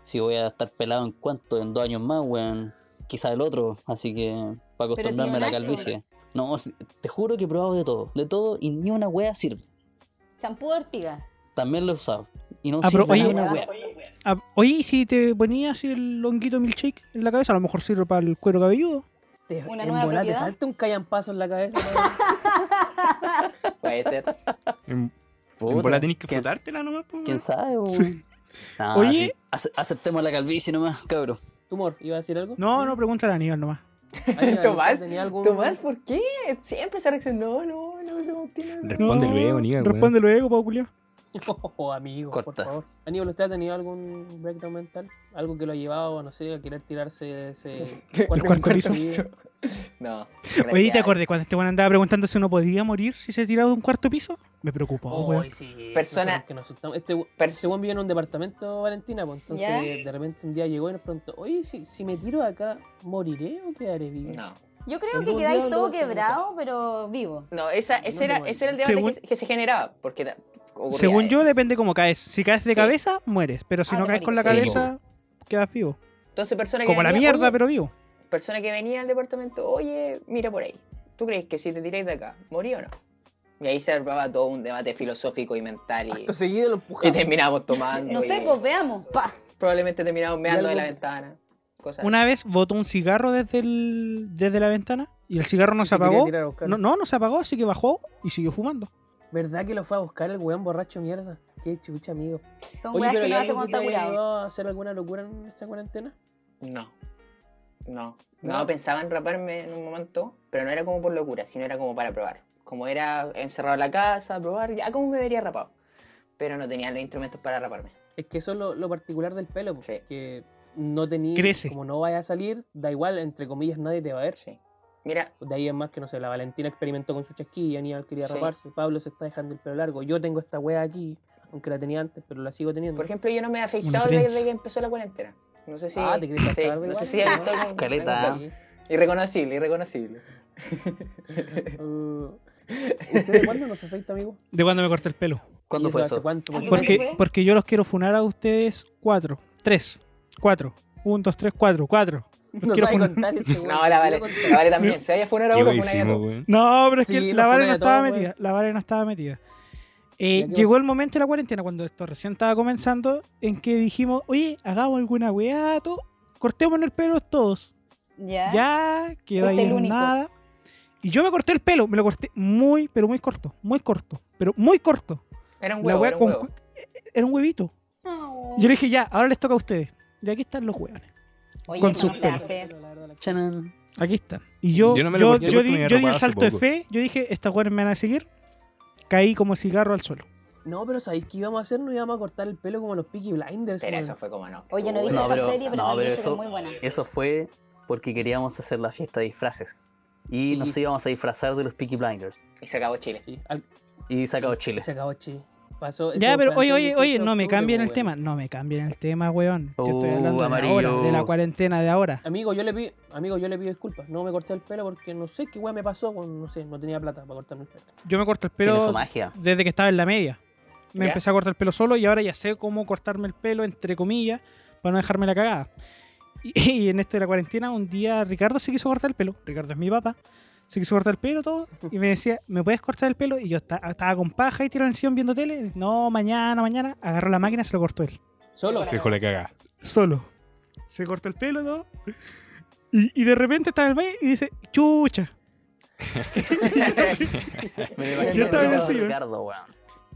S4: Si voy a estar pelado en cuánto, en dos años más, weón. Quizá el otro. Así que para
S6: Pero, tío
S4: acostumbrarme a la
S6: Nacho.
S4: calvicie. No, si- te juro que he probado de todo. De todo y ni una wea sirve.
S6: Champú de ortiga.
S4: También lo he usado. Y no
S1: Ah, pero
S4: sirve ni
S1: oye-
S4: una wea.
S1: Ah, oye, ¿y si te ponías el honguito milkshake en la cabeza, a lo mejor sirve para el cuero cabelludo.
S2: Te,
S6: Una
S2: en
S6: nueva
S2: bola te
S6: propiedad.
S2: falta un callampazo en la cabeza.
S3: Puede ser.
S5: En, en
S4: Puta,
S5: bola tenés que
S4: ¿quién-
S5: frotártela nomás, pues,
S4: ¿Quién
S5: weón.
S4: sabe, weón? Nah,
S1: Oye.
S4: sí. Ace- aceptemos la calvicie nomás, cabrón.
S2: Tumor, ¿iba a decir algo?
S1: No, no, pregúntale a Aníbal nomás.
S2: Ahí,
S3: Tomás,
S2: ¿tenía algún-
S3: Tomás, ¿por qué? Siempre se reacciona. No, no, no, no. Tiene...
S5: Responde luego, Aníbal, weón.
S1: Responde luego, Pau Culiao.
S2: Oh, amigo,
S4: Corta.
S2: por favor. Aníbal, ¿usted ha tenido algún breakdown mental? ¿Algo que lo ha llevado, no sé, a querer tirarse de ese
S1: El cuarto
S2: piso?
S1: piso.
S3: No.
S1: Oye, ¿te
S3: gracias.
S1: acordé cuando este weón andaba preguntando si uno podía morir si se tiraba de un cuarto piso? Me preocupó,
S2: Oh,
S1: weón.
S2: sí,
S3: Persona-
S2: nosotros que nos asustamos. Este, we-
S3: Pers-
S2: este weón vive en un departamento, Valentina, pues entonces
S6: ¿Ya?
S2: de repente un día llegó y nos preguntó, oye, si, si me tiro acá, ¿moriré o quedaré vivo?
S3: No.
S6: Yo creo que
S2: Algún
S6: quedáis
S2: día
S6: todo
S2: lo vas a
S6: quebrado, pero vivo.
S3: No, esa,
S2: No
S3: ese,
S2: te
S3: era,
S2: voy a
S3: ese era el
S1: decir.
S3: debate que, que se generaba. Porque la- ocurría,
S1: Según
S3: eh,
S1: yo, depende cómo caes. Si caes de
S3: Sí.
S1: cabeza, mueres. Pero si
S6: Ah,
S1: no
S6: te
S1: caes con la
S4: morís.
S1: cabeza, quedas vivo.
S3: Entonces, persona que
S1: Como la
S3: venía,
S1: mierda,
S3: oye,
S1: pero vivo.
S3: Persona que venía al departamento, oye, mira por ahí. ¿Tú crees que si te tiráis de acá, morí o no? Y ahí se armaba todo un debate filosófico y mental. Y,
S2: Acto seguido lo
S3: y
S2: empujamos.
S3: terminamos tomando.
S6: No
S3: y-
S6: sé, pues veamos. Pa.
S3: Probablemente terminamos meando de
S2: algo-
S3: la ventana. Cosas
S1: Una vez botó un cigarro desde, el, desde la ventana y el cigarro no se
S2: quería
S1: apagó.
S2: tirar a buscar.
S1: No, no, no se apagó, así que bajó y siguió fumando.
S2: ¿Verdad que lo fue a buscar el weón borracho mierda? Qué chucha, amigo.
S6: Son weas que
S2: ¿y
S6: no hace
S2: alguien
S6: cuando está
S2: te
S6: curado.
S2: ayudó a hacer alguna locura en esta cuarentena?
S3: No. No. No,
S2: ¿No?
S3: pensaba en raparme en un momento, pero no era como por locura, sino era como para probar. Como era encerrado en la casa, probar, ya como me vería rapado. Pero no tenía los instrumentos para raparme.
S2: Es que eso es lo, lo particular del pelo, pues,
S3: Sí.
S2: que no tenías,
S1: Crece.
S2: como no vayas a salir, da igual, entre comillas, nadie te va a ver.
S3: Sí. Mira,
S2: De ahí es más que, no sé, la Valentina experimentó con su chasquilla, Aníbal quería
S3: Sí.
S2: raparse, Pablo se está dejando el pelo largo, yo tengo esta wea aquí, aunque la tenía antes, pero la sigo teniendo.
S3: por ejemplo, yo no me he afeitado
S1: trenza.
S3: desde que empezó la cuarentena. No sé si.
S2: ah, te crees
S3: sí,
S2: bastante,
S3: No
S2: igual,
S3: sé si he visto como-
S4: Caleta.
S2: Sí.
S3: Irreconocible, irreconocible.
S2: Uh, ¿Usted cuándo nos afecta, amigo?
S1: De cuando me corté el pelo.
S4: ¿Cuándo
S2: ¿Y
S4: fue
S2: hace
S4: eso?
S2: cuánto? pues,
S6: Hace
S2: Porque-
S6: cuánto
S1: Porque,
S6: fue?
S1: porque yo los quiero funar a ustedes cuatro, tres, cuatro, un, dos, tres, cuatro, cuatro. Los
S2: No
S1: quiero
S2: sabe
S1: funar.
S2: contar este weón,
S3: No, la vale,
S2: quiero contar.
S3: la vale también. Se vaya a funar a
S5: ¿Qué
S3: uno,
S5: wey
S3: funar a
S5: hicimos,
S3: otro.
S5: weón?
S1: No, pero es
S2: Sí,
S1: que
S2: lo
S1: la Vale
S2: funé
S1: no
S2: de todo,
S1: estaba
S2: weón.
S1: metida. La Vale no estaba metida. Eh,
S2: Ya, ¿qué
S1: llegó el momento de la cuarentena, cuando esto recién estaba comenzando, en que dijimos, oye, hagamos alguna weá, todo, cortémonos el pelo todos.
S6: Ya.
S1: Ya, quedó
S6: Fuiste
S1: ahí
S6: el
S1: en
S6: único.
S1: nada. Y yo me corté el pelo, me lo corté muy, pero muy corto, muy corto, pero muy corto.
S3: Era un
S1: La
S3: huevo,
S1: weá
S3: era un
S1: con
S3: huevo.
S1: cu- era un huevito. Yo le dije, ya, ahora les toca a ustedes. Y aquí están los hueones.
S6: Oye,
S1: con
S6: eso no
S1: sus
S6: se
S1: pelos.
S6: hace.
S4: Chanan.
S1: Aquí están. Y yo,
S5: Yo
S1: yo,
S5: no me lo
S1: yo,
S5: corté porque
S1: di,
S5: me
S1: yo
S5: había
S1: di
S5: rapado
S1: el
S5: hace
S1: salto de
S5: poco.
S1: fe, yo dije, estas hueones me van a seguir. Caí como cigarro al suelo.
S2: No, pero ¿sabéis qué íbamos a hacer? Nos íbamos a cortar el pelo como los Peaky Blinders.
S3: Pero
S2: weón.
S3: eso fue como no.
S6: Oye, no he visto
S4: No,
S6: esa
S4: pero-
S6: serie, pero,
S4: no,
S6: me han
S4: pero
S6: dicho que
S4: eso-
S6: es muy buena.
S4: Eso fue porque queríamos hacer la fiesta de disfraces. Y
S2: Sí.
S4: nos íbamos a disfrazar de los Peaky Blinders.
S3: Y se acabó Chile.
S2: Sí, al-
S4: Y sacado Chile.
S2: se acabó Chile. Pasó, eso
S1: Ya,
S2: fue
S1: pero
S2: antes
S1: oye,
S2: del
S1: oye,
S2: 18
S1: oye,
S2: de
S1: no me
S2: octubre,
S1: cambien el
S2: pues, weón.
S1: tema. No me cambien el tema, weón. Yo estoy
S4: Uh,
S1: hablando de la,
S4: amarillo.
S1: hora, de la cuarentena de ahora.
S2: Amigo, yo le pido, amigo, yo le pido disculpas. No me corté el pelo porque no sé qué weá me pasó. weón, No sé, no tenía plata para cortarme el pelo.
S1: Yo me corto el
S4: Tiene su
S1: pelo
S4: magia.
S1: desde que estaba en la media. Me
S3: ¿Ya?
S1: empecé a cortar el pelo solo y ahora ya sé cómo cortarme el pelo, entre comillas, para no dejarme la cagada. Y, y en esto de la cuarentena, un día Ricardo se quiso cortar el pelo. Ricardo es mi papá. Se quiso cortar el pelo todo y me decía, ¿me puedes cortar el pelo? Y yo esta- estaba con paja y tirado en el sillón viendo tele. No, mañana, mañana. Agarró la máquina y se lo cortó él.
S2: Solo.
S6: Hola.
S5: Se dejó la cagada.
S1: Solo. Se cortó el pelo todo. Y, y de repente estaba en el baño y dice, chucha.
S4: Me
S3: Yo
S4: imagino
S1: estaba en el
S4: a
S1: sillón.
S4: Ricardo, weón.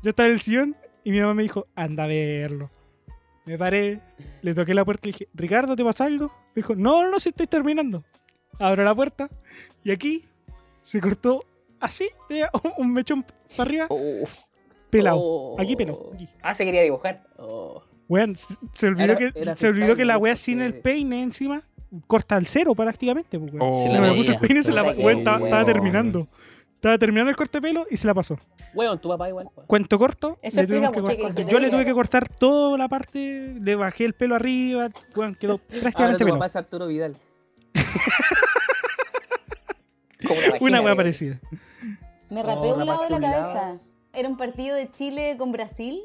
S1: Yo estaba en el sillón y mi mamá me dijo, anda a verlo. Me paré, le toqué la puerta y le dije, Ricardo, ¿te pasa algo? Me dijo, no, no, no, si estoy terminando. Abro la puerta y aquí se cortó así, tenía un- un mechón para arriba,
S4: Oh,
S1: pelado.
S2: Oh.
S1: Aquí pelado. aquí.
S3: Ah, se quería dibujar.
S2: Oh.
S1: Weón, se, se olvidó,
S2: Era-
S1: que,
S2: era
S1: se olvidó que
S2: afectable,
S1: la wea
S2: ¿no?
S1: sin el
S2: Sí.
S1: peine encima corta al cero prácticamente. Pues, weón.
S5: Oh.
S4: Sí,
S1: No me
S4: la
S1: puse el
S4: veía.
S1: peine, se la
S3: Puta que
S1: weón, estaba, estaba
S4: weón.
S1: terminando. Estaba terminando el corte de pelo y se la pasó.
S2: Weón, tu papá igual. weón.
S1: Cuento corto,
S6: Eso
S1: le
S6: explica
S1: tuvimos que
S6: mucho que-
S1: cortar-
S6: que
S1: yo le
S6: tenga-
S1: tuve que cortar toda la parte, le bajé el pelo arriba, weón, quedó
S2: Ahora
S1: prácticamente
S2: tu
S1: pelo.
S2: papá es Arturo Vidal.
S3: Como una vagina,
S1: Una wea
S3: creo.
S1: parecida.
S6: Me
S2: Oh,
S6: rapé un lado de la
S2: rapaste un lado.
S6: cabeza. Era un partido de Chile con Brasil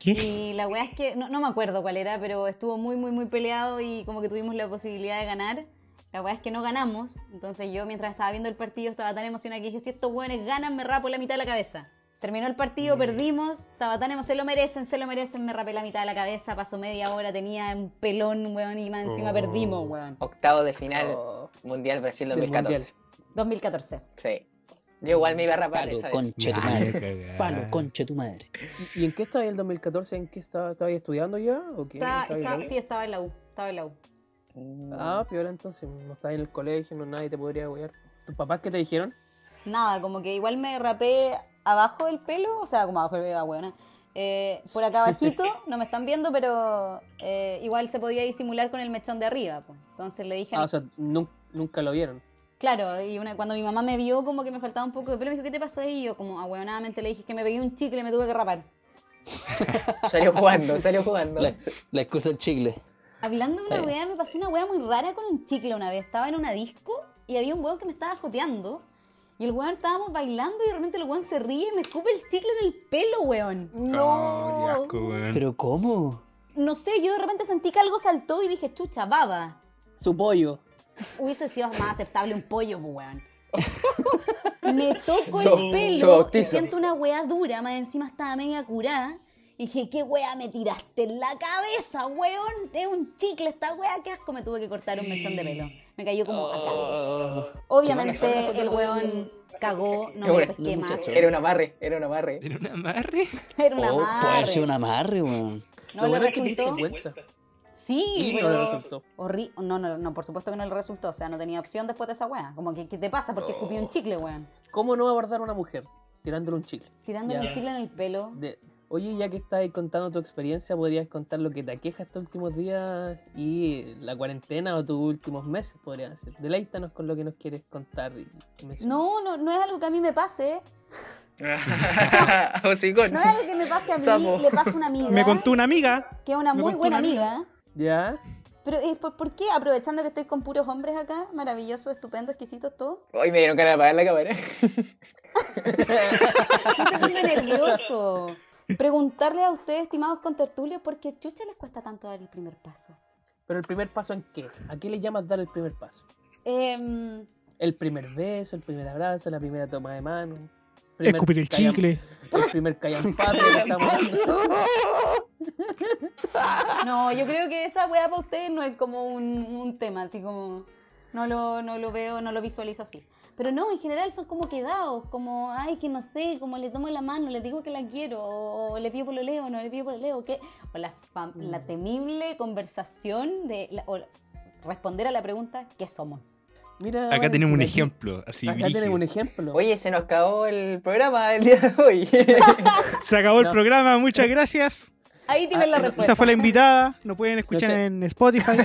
S1: ¿Qué?
S6: y la weá es que, no, no me acuerdo cuál era, pero estuvo muy, muy, muy peleado y como que tuvimos la posibilidad de ganar. La weá es que no ganamos, entonces yo mientras estaba viendo el partido estaba tan emocionada que dije, si estos weones ganan, me rapo la mitad de la cabeza. Terminó el partido, perdimos, estaba tan emocionada, se lo merecen, se lo merecen, me rapé la mitad de la cabeza, pasó media hora, tenía un pelón, weón, y más encima
S5: Oh.
S6: perdimos, weón.
S3: Octavo de final
S2: Oh.
S3: Mundial Brasil
S2: Del
S3: 2014.
S6: 2014.
S3: Sí. Yo igual me iba a rapar
S4: palo,
S3: esa vez.
S4: conche tu madre. Palo, conche tu madre.
S2: ¿Y, y en qué estabas el 2014? ¿En qué estaba- estabas estudiando ya? ¿O qué?
S6: Estaba,
S2: ¿Estabas
S6: estaba-
S2: en la
S6: sí, estaba en la U, estaba en la U.
S2: U? Ah, piola entonces. No estabas en el colegio, no nadie te podría apoyar. ¿Tus papás qué te dijeron?
S6: Nada, como que igual me rapé abajo del pelo, o sea, como abajo del pelo, ah, huevona. Eh, por acá abajito, no me están viendo, pero eh, igual se podía disimular con el mechón de arriba. po. Entonces le dije,
S2: Ah,
S6: a mi-
S2: o sea, nun- nunca lo vieron.
S6: claro, y una, cuando mi mamá me vio como que me faltaba un poco de pelo, me dijo, ¿qué te pasó ahí? Y yo como ahueonadamente le dije que me pegué un chicle y me tuve que rapar.
S3: Salió jugando, salió jugando.
S4: La, la excusa en Chile.
S6: Hablando de una weá, me pasó una weá muy rara con un chicle una vez. Estaba en una disco y había un weón que me estaba joteando. Y el weón estábamos bailando y de repente el weón se ríe y me escupe el chicle en el pelo, weón.
S5: No, Oh, qué asco, weón.
S4: ¿Pero cómo?
S6: No sé, yo de repente sentí que algo saltó y dije, chucha, baba.
S2: Su pollo.
S6: Hubiese sido más aceptable un pollo, pues, weón. Me toco el
S3: Su- su
S6: pelo y
S3: bautizo.
S6: siento una weá dura, más encima estaba media curada. Y dije, ¿qué weá me tiraste en la cabeza, weón? Es un chicle esta weá, qué asco. Me tuve que cortar un mechón de pelo. Me cayó como acá. Obviamente el weón cagó, no me
S3: Ahora,
S6: lo pesqué
S4: los
S6: más.
S4: muchachos.
S3: Era un amarre, era un amarre.
S5: ¿Era un amarre?
S6: Era una
S4: Oh, puede ser un
S6: madre.
S4: amarre, weón.
S6: No le
S2: bueno es que te diste
S6: resultó.
S2: vuelta.
S6: Sí,
S2: Y no le
S6: pero...
S2: resultó.
S6: Horri- No, no, no, por supuesto que no le resultó. O sea, no tenía opción después de esa weá. Como que, ¿qué te pasa? Porque escupí un chicle, weón.
S2: ¿Cómo no abordar a una mujer tirándole un chicle?
S6: Tirándole
S2: Ya.
S6: un chicle en el pelo.
S2: De- Oye, ya que estás ahí contando tu experiencia, podrías contar lo que te aqueja estos últimos días y la cuarentena o tus últimos meses, podrías decir. Deleítanos con lo que nos quieres contar. y- y mencionar.
S6: No, no, no es algo que a mí me pase.
S3: Hocicón.
S6: No es algo que me pase a mí,
S3: Sapo.
S6: le pasa a una amiga.
S1: Me contó una amiga.
S6: Que es una
S1: me
S6: muy
S1: contó
S6: buena
S1: una
S6: amiga.
S2: ¿Ya?
S6: Pero es por, ¿por qué? Aprovechando que estoy con puros hombres acá, maravilloso, estupendo, exquisito, todo.
S3: Hoy me dieron ganas de apagar la cámara.
S6: No se ponga nervioso. Preguntarle a ustedes, estimados contertulios, por qué chucha les cuesta tanto dar el primer paso.
S2: Pero el primer paso en qué? ¿A qué le llamas dar el primer paso?
S6: Em,
S2: El primer beso, el primer abrazo, la primera toma de mano. primer
S1: Escupir el
S2: callam-
S1: chicle.
S2: El primer callampazo que estamos-
S6: no, yo creo que esa weá para ustedes no es como un, un tema, así como. No lo, no lo veo, no lo visualizo así. Pero no, en general son como quedados, como, ay, que no sé, como le tomo la mano, le digo que la quiero, o, o le pido por lo leo, no le pido por lo leo, ¿qué? O la, fam-
S1: Mm.
S6: la temible conversación de, la- o la- responder a la pregunta, ¿qué somos?
S2: Mira,
S5: Acá tenemos un
S2: Valentina, aquí-
S5: ejemplo, así
S2: Acá tenemos un
S5: brígido.
S2: ejemplo.
S3: Oye, se nos acabó el programa del día de hoy.
S1: Se acabó el
S2: No.
S1: programa, muchas gracias.
S6: Ahí tienen la
S2: Ah,
S1: eh, Esa
S6: respuesta.
S1: fue la invitada, nos pueden escuchar
S2: No sé.
S1: en Spotify.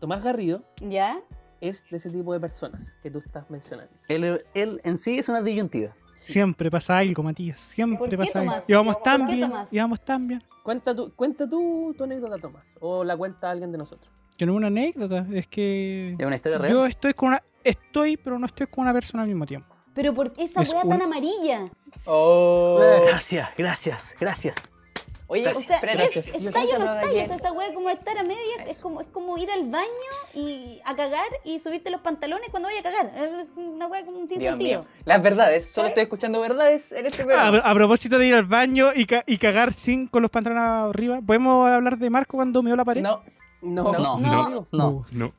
S2: Tomás Garrido
S6: ¿Ya?
S2: es de ese tipo de personas que tú estás mencionando.
S4: Él, él en sí es una disyuntiva.
S1: Siempre pasa algo, Matías,
S6: ¿Por qué,
S1: siempre pasa algo.
S6: Tomás?
S1: Y vamos
S6: ¿Por
S1: tan
S6: qué,
S1: bien,
S6: Tomás?
S1: y vamos tan bien.
S2: Cuenta tu, cuenta tú tu anécdota, Tomás, o la cuenta alguien de nosotros.
S1: Yo no es una anécdota, es que
S4: Es una historia real.
S1: yo estoy con una estoy, pero no estoy con una persona al mismo tiempo.
S6: Pero ¿por qué esa
S1: Es
S6: wea
S1: un-
S6: tan amarilla?
S3: oh.
S4: Gracias, gracias, gracias.
S3: Oye,
S6: O sea,
S3: espérate.
S6: es,
S2: Gracias.
S6: es
S2: Dios,
S6: tallo o no
S3: nada
S6: tallo.
S3: bien.
S6: O sea, esa wea como estar a media, es
S3: Eso.
S6: como, es como ir al baño y a cagar y subirte los pantalones cuando vaya a cagar. Es Una wea como sin
S3: Dios
S6: sentido.
S3: mío. Las verdades. Solo estoy escuchando verdades en este
S1: A,
S3: programa.
S1: a propósito de ir al baño y, ca- y cagar sin con los pantalones arriba, ¿podemos hablar de Marco cuando meó la pared? Uh,
S3: No,
S2: No,
S4: No,
S6: No.
S4: no.
S1: No.
S5: No,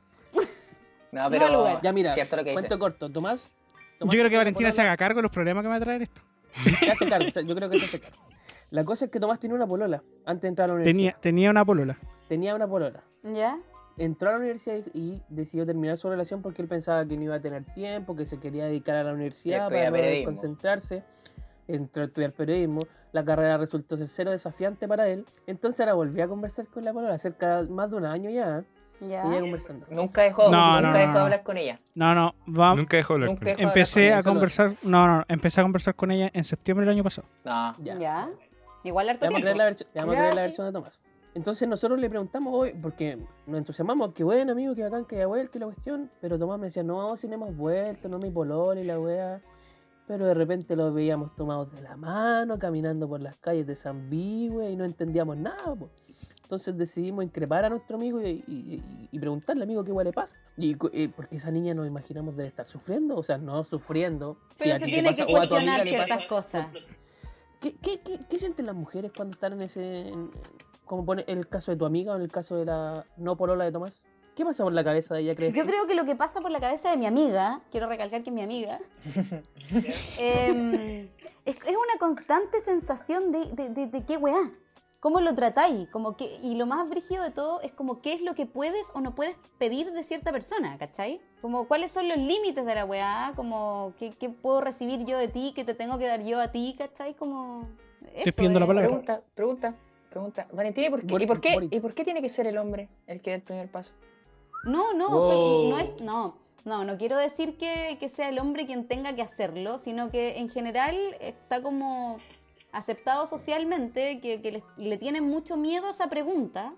S3: no,
S6: No al
S3: pero
S6: lugar.
S2: Ya mira,
S3: cierto lo que dice.
S2: cuento corto, Tomás.
S1: Yo
S2: Tomás
S1: creo que
S2: tiene
S1: Valentina se
S2: polola-
S1: haga cargo de los problemas que me va a traer esto.
S2: se hace cargo, o sea, yo creo que se hace cargo. La cosa es que Tomás tenía una polola antes de entrar a la universidad.
S1: Tenía, tenía una polola.
S2: Tenía una polola.
S6: ¿Ya?
S2: Entró a la universidad y y decidió terminar su relación porque él pensaba que no iba a tener tiempo, que se quería dedicar a la universidad
S3: estudiar
S2: para poder
S3: periodismo.
S2: concentrarse. Entró a estudiar periodismo. La carrera resultó ser cero desafiante para él. Entonces ahora volví a conversar con la polola cerca de más de un año ya. ¿eh?
S6: ¿Ya?
S2: Ella conversando.
S3: Nunca dejó,
S1: No, no,
S3: nunca
S1: no,
S3: dejó
S1: no.
S3: de hablar con ella.
S1: No, no,
S2: Ah,
S1: va-
S5: nunca dejó hablar
S3: Nunca
S5: con él.
S3: dejó de
S1: empecé
S3: hablar
S1: a
S2: con ella,
S1: conversar, no, no, no, empecé a conversar con ella en septiembre del año pasado.
S3: No.
S2: Ya.
S6: ¿Ya? Igual harto
S2: Le vamos a
S6: tiempo.
S2: creer la, versi- le vamos a
S6: Ya,
S2: creer la
S6: sí.
S2: versión de Tomás. Entonces nosotros le preguntamos hoy, porque nos entusiasmamos, que bueno amigo, que bacán que haya vuelto y la cuestión, pero Tomás me decía, no, si no hemos vuelto, no mi pololo y la wea. Pero de repente los veíamos tomados de la mano, caminando por las calles de San Bigüe y no entendíamos nada. po. Entonces decidimos increpar a nuestro amigo y, y- y- y preguntarle, amigo, qué igual le pasa. Y, cu- eh, porque esa niña nos imaginamos debe estar sufriendo, o sea, no sufriendo. si
S6: Pero
S2: a
S6: se
S2: ti te
S6: tiene
S2: pasa
S6: que
S2: o a tu amiga
S6: cuestionar
S2: le
S6: ciertas
S2: pasa.
S6: cosas.
S2: ¿Qué, qué, qué, qué sienten las mujeres cuando están en ese. en- como pone el caso de tu amiga o en el caso de la no polola de Tomás? ¿Qué pasa por la cabeza de ella, crees?
S6: Yo
S2: tú?
S6: creo que lo que pasa por la cabeza de mi amiga, quiero recalcar que es mi amiga, em, es, es una constante sensación de, de, de- de qué weá, cómo lo tratáis, como que, y lo más brígido de todo es como qué es lo que puedes o no puedes pedir de cierta persona, ¿cachai? Como cuáles son los límites de la weá, como qué, qué puedo recibir yo de ti, qué te tengo que dar yo a ti, ¿cachai? Como... Eso,
S1: pidiendo la
S6: eh,
S1: palabra.
S3: Pregunta, pregunta, pregunta. Valentina, ¿y por qué,
S2: Bor-
S3: ¿y por qué,
S2: Boric.
S3: y por qué tiene que ser el hombre el que dé el primer paso?
S6: No, no, o sea,
S2: Wow.
S6: no es. No, no, no quiero decir que, que sea el hombre quien tenga que hacerlo, sino que en general está como aceptado socialmente que, que le, le tienen mucho miedo a esa pregunta.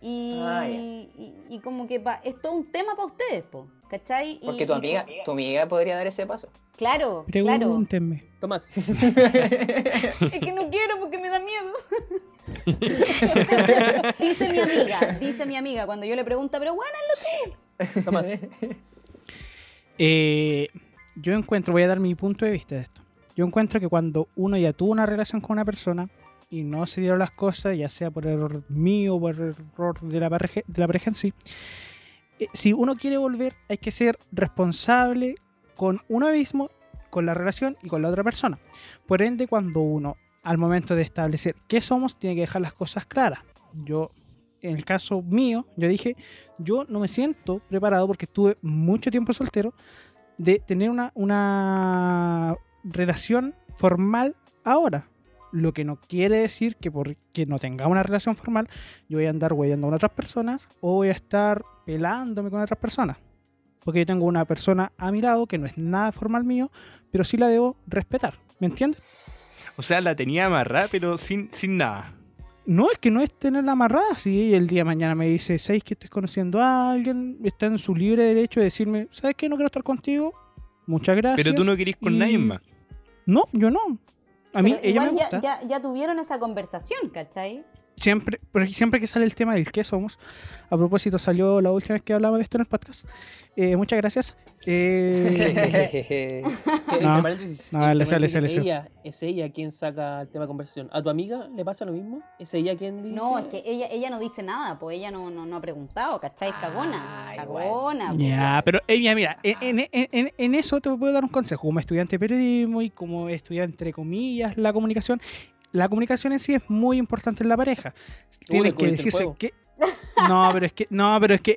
S6: Y,
S3: Ah, ya.
S6: y, y como que pa- es todo un tema para ustedes, po, ¿cachai? Y-
S3: Porque tu
S6: y-
S3: amiga, tu amiga podría dar ese paso.
S6: Claro, claro.
S1: Pregúntenme.
S2: Tomás,
S6: Es que no quiero porque me da miedo. dice mi amiga, dice mi amiga cuando yo le pregunto, pero bueno,
S2: Tomás.
S1: Eh, yo encuentro, voy a dar mi punto de vista de esto. Yo encuentro que cuando uno ya tuvo una relación con una persona y no se dieron las cosas, ya sea por error mío o por error de la pareja, de la pareja en sí, eh, si uno quiere volver, hay que ser responsable con uno mismo, con la relación y con la otra persona. Por ende, cuando uno, al momento de establecer qué somos, tiene que dejar las cosas claras. Yo, en el caso mío, yo dije, yo no me siento preparado porque estuve mucho tiempo soltero de tener una, una relación formal ahora. Lo que no quiere decir que porque no tenga una relación formal, yo voy a andar hueando con otras personas o voy a estar pelándome con otras personas. Porque yo tengo una persona a mi lado que no es nada formal mío, pero sí la debo respetar. ¿Me entiendes?
S5: O sea, la tenía amarrada, pero sin, sin nada.
S1: No, es que no es tenerla amarrada. Si ella el día de mañana me dice, ¿sabes que estoy conociendo a alguien? Está en su libre derecho de decirme, ¿sabes que no quiero estar contigo? Muchas gracias.
S5: Pero tú no querís con
S1: Y-
S5: nadie más.
S1: No, yo no. A mí
S6: pero
S1: ella me
S6: igual ya-
S1: gusta.
S6: ya, ya tuvieron esa conversación, ¿cachai?
S1: siempre, por ej- siempre que sale el tema del qué somos, a propósito salió la última vez que hablaba de esto en el podcast, eh, muchas gracias. Eh,
S4: Jejeje.
S2: Entre
S1: No,
S2: paréntesis,
S1: no,
S2: entre
S1: le sale,
S2: paréntesis,
S1: sale, sale.
S2: Ella, es ella quien saca el tema de conversación. ¿A tu amiga le pasa lo mismo? ¿Es ella quien dice?
S6: No, es que ella, ella no dice nada, pues ella no, no, no ha preguntado, ¿cachai? Cagona.
S3: Ah,
S6: cagona.
S1: Ya,
S6: pues.
S1: pero eh, mira, mira, en, en- en- en eso te puedo dar un consejo. Como estudiante de periodismo y como estudiante, entre comillas, la comunicación, la comunicación en sí es muy importante en la pareja. Tienes que
S2: descubriste el
S1: decirse
S2: fuego.
S1: que. No, pero es que, no, pero es que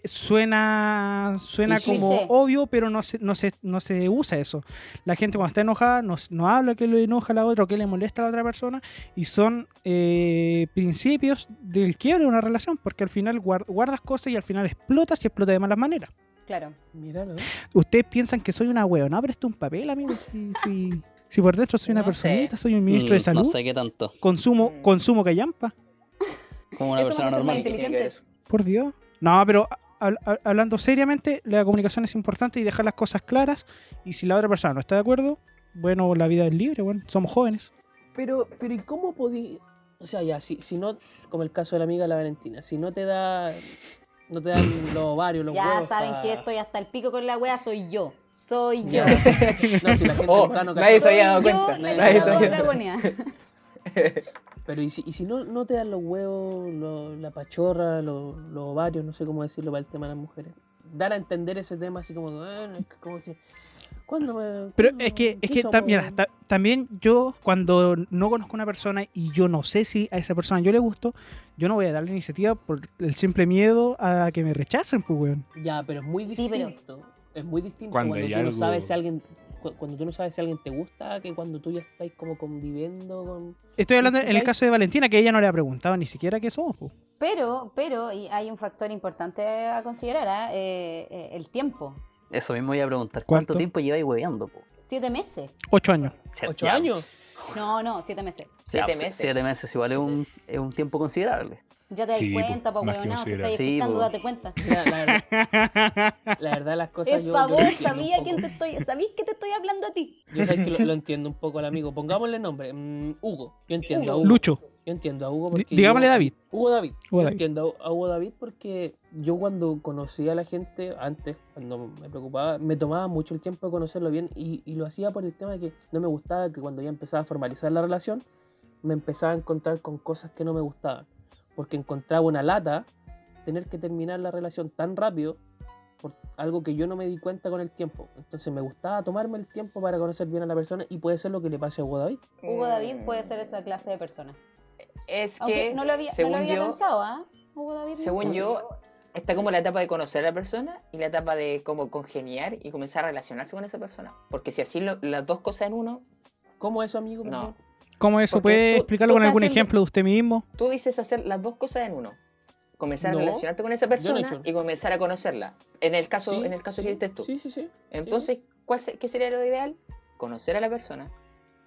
S1: suena, suena
S6: Sí, sí,
S1: como
S6: sí.
S1: obvio, pero no se, no, se, no se usa eso. La gente cuando está enojada no, no habla que lo enoja a la otra o que le molesta a la otra persona y son eh, principios del quiebre de una relación, porque al final guar- guardas cosas y al final explotas y explota de malas maneras.
S6: Claro.
S2: Míralo.
S1: Ustedes piensan que soy una weona, pero esto es un papel, amigos. Si, si- si por dentro soy una
S3: No sé.
S1: personita, soy un ministro de
S4: Mm,
S1: salud,
S4: No sé qué tanto.
S1: consumo,
S3: Mm.
S1: consumo callampa,
S4: Como una
S6: Eso me
S4: persona
S6: hace muy
S4: normal.
S3: ¿Qué tiene que ver eso?
S1: por Dios. No, pero hab- hab- hablando seriamente, la comunicación es importante y dejar las cosas claras. Y si la otra persona no está de acuerdo, bueno, la vida es libre, bueno, somos jóvenes.
S2: Pero, pero ¿y cómo podí? O sea, ya, si, si no, como el caso de la amiga de la Valentina, si no te da. No te dan los ovarios, los
S6: Ya
S2: huevos
S6: saben
S2: pa-
S6: que estoy hasta el pico con la wea, soy yo. Soy yo.
S2: Ya. No, si la gente
S3: Oh,
S2: temprano
S3: nadie
S2: cachó.
S3: se había dado
S6: Soy
S3: cuenta.
S6: Yo, la
S2: Nadie
S6: que
S2: se había
S6: acabo de
S2: dado
S6: cagonear.
S2: Pero ¿y si, y si no, no te dan los huevos, lo- la pachorra, lo- los ovarios, no sé cómo decirlo para el tema de las mujeres? Dar a entender ese tema así como, bueno, es que como que, ¿cuándo me...?
S1: Pero
S2: cuándo-
S1: es que, es
S2: qué
S1: que ta-
S2: somos?
S1: mira, ta- también yo, cuando no conozco a una persona y yo no sé si a esa persona yo le gusto, yo no voy a dar la iniciativa por el simple miedo a que me rechacen, pues, weón.
S2: Ya, pero es muy
S6: Sí,
S2: distinto.
S6: pero-
S2: Es muy distinto
S5: Cuando
S2: cuando,
S5: hay
S2: tú no
S5: algo-
S2: sabes si alguien... cu- Cuando tú no sabes si alguien te gusta, que cuando tú ya estáis como conviviendo con...
S1: Estoy hablando en el
S2: ¿Cachai?
S1: caso de Valentina, que ella no le ha preguntado ni siquiera qué somos. po.
S6: Pero, pero, y hay un factor importante a considerar, ¿ah? Eh, eh, el tiempo.
S4: Eso mismo iba a preguntar. ¿Cuánto
S1: ¿Cuánto?
S4: tiempo lleváis hueveando? po?
S6: Siete meses.
S1: Ocho años.
S4: Se-
S2: ¿Ocho
S4: ya,
S2: años?
S6: No, no, siete meses.
S4: ya,
S3: Siete
S4: se-
S3: meses.
S4: Siete meses igual es un, es un tiempo considerable.
S6: Ya te das
S5: Sí, po,
S6: cuenta, pa'
S5: más que
S6: huevonao, si estás
S5: considerable.
S4: Sí,
S6: escuchando,
S4: po.
S6: date cuenta.
S2: Mira, pues. la, verdad, la verdad, las cosas
S6: Es
S2: yo...
S6: pa'
S2: yo
S6: vos,
S2: lo entiendo
S6: sabía
S2: un
S6: quién
S2: poco.
S6: te estoy, sabís que te estoy hablando a ti.
S2: Yo sé que lo, lo entiendo un poco al amigo. Pongámosle nombre. mm, Hugo. Yo entiendo a Hugo.
S1: Lucho,
S2: Yo entiendo a Hugo
S1: di-
S2: porque...
S1: digámosle
S2: yo-
S1: David.
S2: Hugo David.
S1: Hugo
S2: yo
S1: David.
S2: entiendo a Hugo David porque yo cuando conocía a la gente, antes, cuando me preocupaba, me tomaba mucho el tiempo de conocerlo bien y, y lo hacía por el tema de que no me gustaba que cuando ya empezaba a formalizar la relación, me empezaba a encontrar con cosas que no me gustaban. Porque encontraba una lata tener que terminar la relación tan rápido por algo que yo no me di cuenta con el tiempo. Entonces me gustaba tomarme el tiempo para conocer bien a la persona y puede ser lo que le pase a Hugo David.
S6: Hugo David
S3: Mm,
S6: puede ser esa clase de persona.
S3: Es
S6: Aunque
S3: que,
S6: no lo había, no
S3: según
S6: lo había
S3: yo,
S6: pensado, ¿ah? Hugo David. no
S3: según
S6: sé.
S3: yo, está como la etapa de conocer a la persona y la etapa de como congeniar y comenzar a relacionarse con esa persona. Porque si así lo- las dos cosas en uno,
S2: ¿Cómo es eso, amigo? por
S3: No.
S2: favor?
S1: ¿Cómo eso?
S3: Porque
S1: ¿Puede
S3: tú-
S1: explicarlo
S3: tú
S1: con
S3: estás
S1: algún
S3: haciendo-
S1: ejemplo de usted mismo?
S3: tú dices hacer las dos cosas en uno. Comenzar
S2: No,
S3: a relacionarte con esa
S2: lo he
S3: persona
S2: hecho.
S3: y comenzar a conocerla. En el caso,
S2: Sí,
S3: en el caso
S2: sí,
S3: que dices tú.
S2: Sí, sí, sí.
S3: Entonces, ¿cuál se- ¿qué sería lo ideal? Conocer a la persona,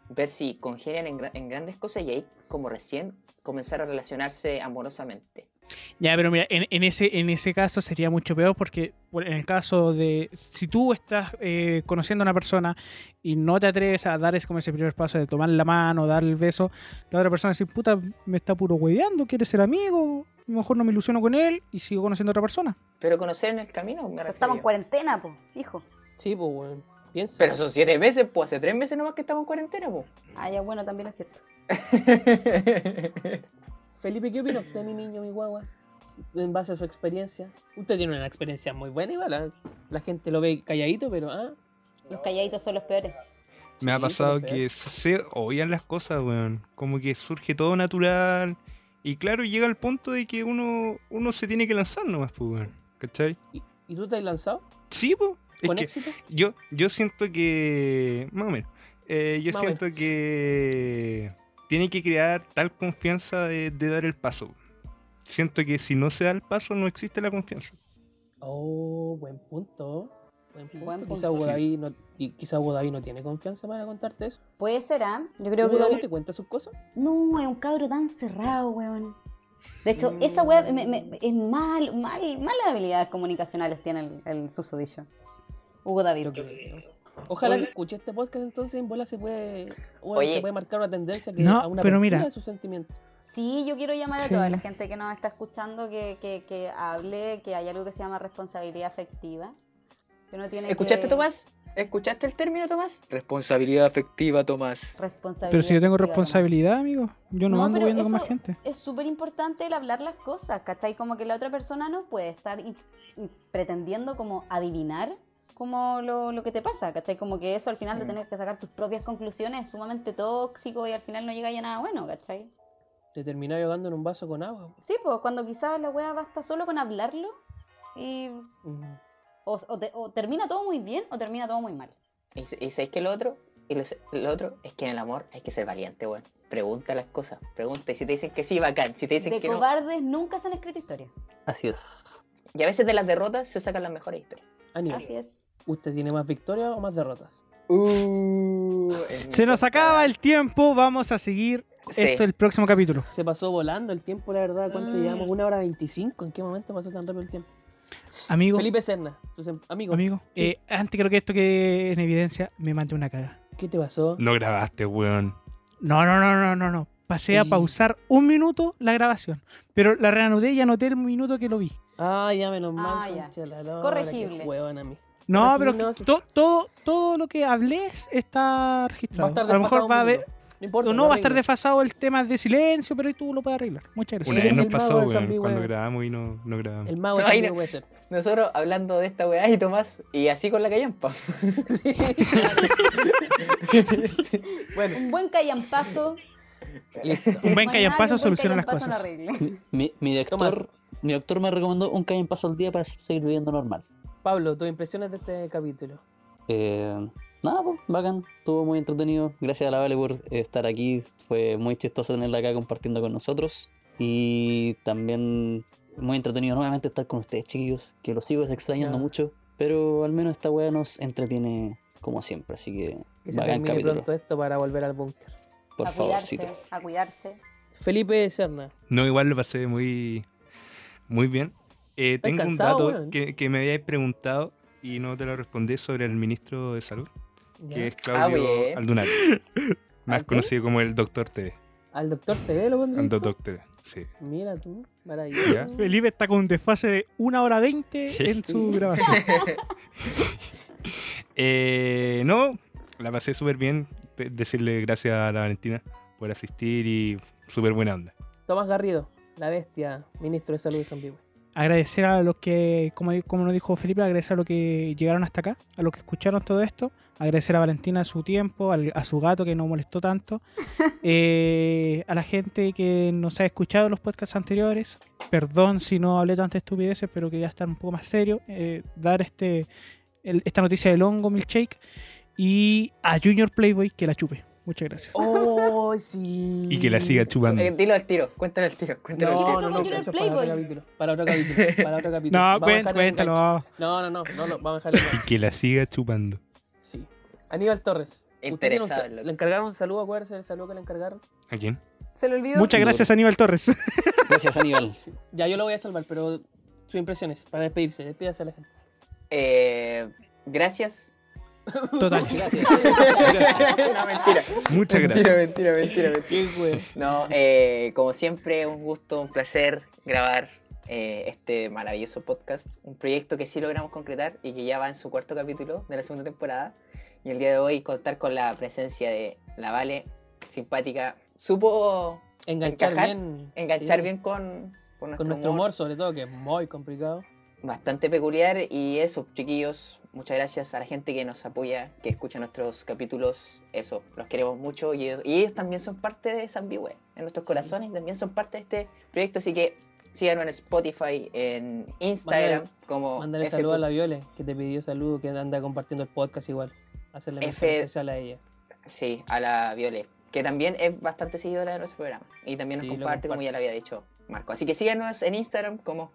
S3: ver si congenian en, gra- en grandes cosas y ahí, como recién, comenzar a relacionarse amorosamente.
S1: Ya, pero mira, en, en ese, en ese caso sería mucho peor porque bueno, en el caso de si tú estás eh, conociendo a una persona y no te atreves a dar es como ese primer paso de tomar la mano, dar el beso, la otra persona dice, puta, me está puro hueveando, quiere ser amigo, a lo mejor no me ilusiono con él y sigo conociendo a otra persona.
S3: Pero conocer en el camino, me
S6: Pero
S3: refiero
S6: estamos en
S3: yo.
S6: cuarentena, po, hijo.
S2: Sí, pues, weón. Piensa.
S3: Pero son siete meses, pues hace tres meses nomás que estamos en cuarentena, pues.
S6: Ah, ya bueno, también es cierto.
S2: Felipe, ¿qué opina usted, mi niño, mi guagua? En base a su experiencia. Usted tiene una experiencia muy buena, igual. ¿ah? La gente lo ve calladito, pero. ¿ah?
S6: Los calladitos son los peores.
S5: Me ha
S2: Sí,
S5: pasado
S2: pero
S5: que se oían las cosas, weón. Como que surge todo natural. Y claro, llega al punto de que uno, uno se tiene que lanzar nomás, pues, weón. ¿Cachai?
S2: ¿Y, y tú te has lanzado?
S5: Sí, pues. Es
S2: ¿Con
S5: que
S2: éxito?
S5: yo, yo siento que. Más o menos. Eh, yo
S2: Más o menos.
S5: siento que. Tiene que crear tal confianza de, de dar el paso. Siento que si no se da el paso, no existe la confianza.
S2: Oh, buen punto. Buen punto.
S6: Buen
S2: Quizá,
S6: punto.
S2: Hugo
S5: Sí.
S2: David no, y quizá Hugo David no tiene confianza para contarte eso.
S6: Puede ser, ¿ah? Yo creo
S2: ¿Hugo
S6: que.
S2: David te cuenta sus cosas?
S6: No, es un cabro tan cerrado, weón. De hecho,
S3: Mm.
S6: esa weá me- me- es mal, mal, malas habilidades comunicacionales tiene el, el susodicho. Hugo David.
S2: Yo creo. Ojalá que escuche este podcast, entonces en bola se puede, bueno,
S3: Oye.
S2: se puede marcar una tendencia que
S1: No,
S2: a una
S1: pero
S2: apertura
S1: mira.
S2: de sus sentimientos.
S6: Sí, yo quiero llamar a
S1: Sí.
S6: toda la gente que nos está escuchando que, que- que hable, que hay algo que se llama responsabilidad afectiva. Que uno tiene
S3: ¿Escuchaste,
S6: que-
S3: Tomás? ¿Escuchaste el término, Tomás? Responsabilidad afectiva, Tomás.
S6: Responsabilidad
S1: Pero si yo tengo
S6: afectiva, Tomás.
S1: responsabilidad, amigo, yo no,
S6: No,
S1: ando
S6: pero
S1: viendo con
S6: eso-
S1: más gente.
S6: es súper importante el hablar las cosas, ¿cachai? Como que la otra persona no puede estar in- in- pretendiendo como adivinar como lo, lo que te pasa, ¿cachai? Como que eso al final de tener que sacar tus propias conclusiones es sumamente tóxico y al final no llega ya nada bueno, ¿cachai?
S2: Te terminás ahogando en un vaso con agua.
S6: Sí, pues cuando quizás la wea basta solo con hablarlo y
S2: Mm.
S6: o, o te- o termina todo muy bien o termina todo muy mal.
S3: ¿Y, y sabéis que lo otro? Y lo, lo otro es que en el amor hay que ser valiente, weón. Pregunta las cosas. Pregunta. Y si te dicen que sí, bacán. Si te dicen
S6: De
S3: que
S6: cobardes nunca se han escrito historias.
S4: Así es.
S3: no. Y a veces de las derrotas se sacan las mejores historias.
S2: Aníbal,
S6: Así es.
S2: ¿usted tiene más victorias o más derrotas?
S3: Uh,
S1: Se nos acaba el tiempo, vamos a seguir
S3: Sí.
S1: esto el próximo capítulo.
S2: Se pasó volando el tiempo, la verdad. ¿Cuánto
S1: Ah.
S6: Mm.
S2: llevamos? ¿Una hora veinticinco? ¿En qué momento pasó tan rápido el tiempo?
S1: Amigo,
S2: Felipe Serna, sus em- amigos.
S1: amigo,
S2: Sí.
S1: eh, antes creo que esto que en evidencia me mandé una caga.
S2: ¿Qué te pasó?
S1: Mm.
S5: No grabaste, weón.
S1: No, no, no, no, no, no. Pasé a
S2: Sí.
S1: pausar un minuto la grabación, pero la reanudé y anoté el minuto que lo vi.
S2: Ah, ya menos mal.
S6: Ah, ya.
S2: concha la lora,
S6: Corregible.
S2: qué huevón a mí.
S1: No,
S2: Aquí
S1: pero
S2: no
S1: que
S2: se-
S1: to- todo, todo lo que hablé está
S2: Va a
S1: registrado.
S2: estar
S1: a lo mejor va a haber,
S2: No, importa,
S1: o no, va a estar
S2: arreglo.
S1: desfasado el tema de silencio, pero ahí tú lo puedes arreglar. Muchas
S5: Una
S1: gracias.
S5: vez nos
S2: el
S5: pasó,
S2: mago de
S5: weón,
S2: Zambi,
S5: cuando
S2: weón.
S5: grabamos y no, no grabamos.
S2: El mago
S3: No,
S2: es
S3: ahí
S2: Andy
S3: no.
S2: Wester.
S3: Nosotros hablando de esta weá y Tomás, y así con la callampa.
S6: Un buen callampazo.
S2: Listo.
S1: Un buen
S6: Mañana
S1: callampazo
S6: un buen
S1: soluciona las
S6: callampazo no
S1: cosas.
S6: arregle.
S4: Mi, mi doctor, mi doctor me recomendó un paso al día para seguir viviendo normal.
S2: Pablo, tus impresiones de este capítulo.
S4: Eh, nada, pues, bacán. Estuvo muy entretenido. Gracias a la Vale por estar aquí. Fue muy chistoso tenerla acá compartiendo con nosotros. Y también muy entretenido nuevamente estar con ustedes, chiquillos. Que los sigo extrañando
S2: Ya.
S4: mucho. Pero al menos esta weá nos entretiene como siempre. Así que,
S2: Que se
S4: bacán
S2: termine
S4: capítulo.
S2: pronto esto para volver al búnker.
S4: Por
S6: a
S4: favorcito.
S6: cuidarse, a cuidarse.
S2: Felipe Serna.
S5: No, igual lo pasé muy, muy bien. Eh, tengo un
S2: cansado,
S5: dato
S2: weón?
S5: que, que me habíais preguntado y no te lo respondí sobre el ministro de Salud,
S2: ya.
S5: que es
S3: Ah,
S5: Claudio
S3: bien.
S5: Aldunari, más
S2: ¿Aldo?
S5: conocido como el Doctor TV.
S2: Al doctor TV lo pondré.
S5: Aldo Doctor, sí.
S2: Mira tú,
S5: Ya.
S2: maravilloso.
S1: Felipe está con un desfase de 1 hora 20 en su grabación.
S5: Eh, no, la pasé súper bien. Pe- Decirle gracias a la Valentina por asistir y súper buena onda.
S2: Tomás Garrido, la bestia, ministro de Salud de San Miguel.
S1: agradecer a los que, como, como nos dijo Felipe, agradecer a los que llegaron hasta acá, a los que escucharon todo esto, agradecer a Valentina su tiempo, al- a su gato que no molestó tanto, eh, a la gente que nos ha escuchado en los podcasts anteriores, perdón si no hablé tantas estupideces, pero quería estar un poco más serio, eh, dar este el- esta noticia del hongo milkshake y a Junior Playboy que la chupe. Muchas gracias.
S2: ¡Oh, sí!
S5: Y que la siga chupando.
S3: Eh, dilo al tiro, cuéntalo al tiro.
S2: No,
S3: Cuéntalo al
S2: no,
S6: ¿Qué
S3: tiro.
S6: pasó
S2: no,
S6: con
S2: no,
S6: Junior
S2: eso es
S6: Playboy?
S2: Para otro capítulo, para otro capítulo. Para otro capítulo.
S1: No,
S2: Vamos a dejar
S1: cuént-
S2: el enganche.
S1: cuéntalo.
S2: No, no, no, no, lo- vamos a dejarlo.
S5: Y que la siga chupando.
S2: Sí. Aníbal Torres. usted tiene un
S3: Interesado,
S2: sa-
S3: loco.
S2: le encargaron un saludo, acuérdese del saludo que le encargaron.
S5: ¿A quién?
S6: Se le olvidó.
S1: Muchas gracias, Aníbal Torres.
S4: Gracias, Aníbal.
S2: Ya yo lo voy a salvar, pero sus impresiones, para despedirse, despídase a la gente.
S3: Eh, gracias.
S1: Totales.
S4: Gracias.
S3: no, mentira.
S5: Muchas gracias.
S3: Mentira, mentira, mentira, mentira.
S2: Qué güey.
S3: No, eh, como siempre, un gusto, un placer grabar eh, este maravilloso podcast. Un proyecto que sí logramos concretar y que ya va en su cuarto capítulo de la segunda temporada. Y el día de hoy contar con la presencia de la Vale, simpática. Supo
S2: Enganchar
S3: Encajar,
S2: bien.
S3: enganchar
S2: sí,
S3: bien con, con nuestro,
S2: Con nuestro humor, sobre todo, que es muy complicado.
S3: bastante peculiar y eso, chiquillos, muchas gracias a la gente que nos apoya, que escucha nuestros capítulos, eso, los queremos mucho y ellos, y ellos también son parte de Zambihue, en nuestros corazones, también son parte de este proyecto, así que síganos en Spotify, en Instagram, como
S2: Mándale
S3: Oh, F.
S2: saludo a la Viole, que te pidió saludo, que anda compartiendo el podcast igual. Hacerle
S3: F-
S2: mención especial a ella.
S3: Sí, a la Violet, que también es bastante seguidora de nuestro programa y también nos
S2: Sí, lo
S3: comparte, como
S2: comparte.
S3: ya lo había dicho Marco. Así que síganos en Instagram como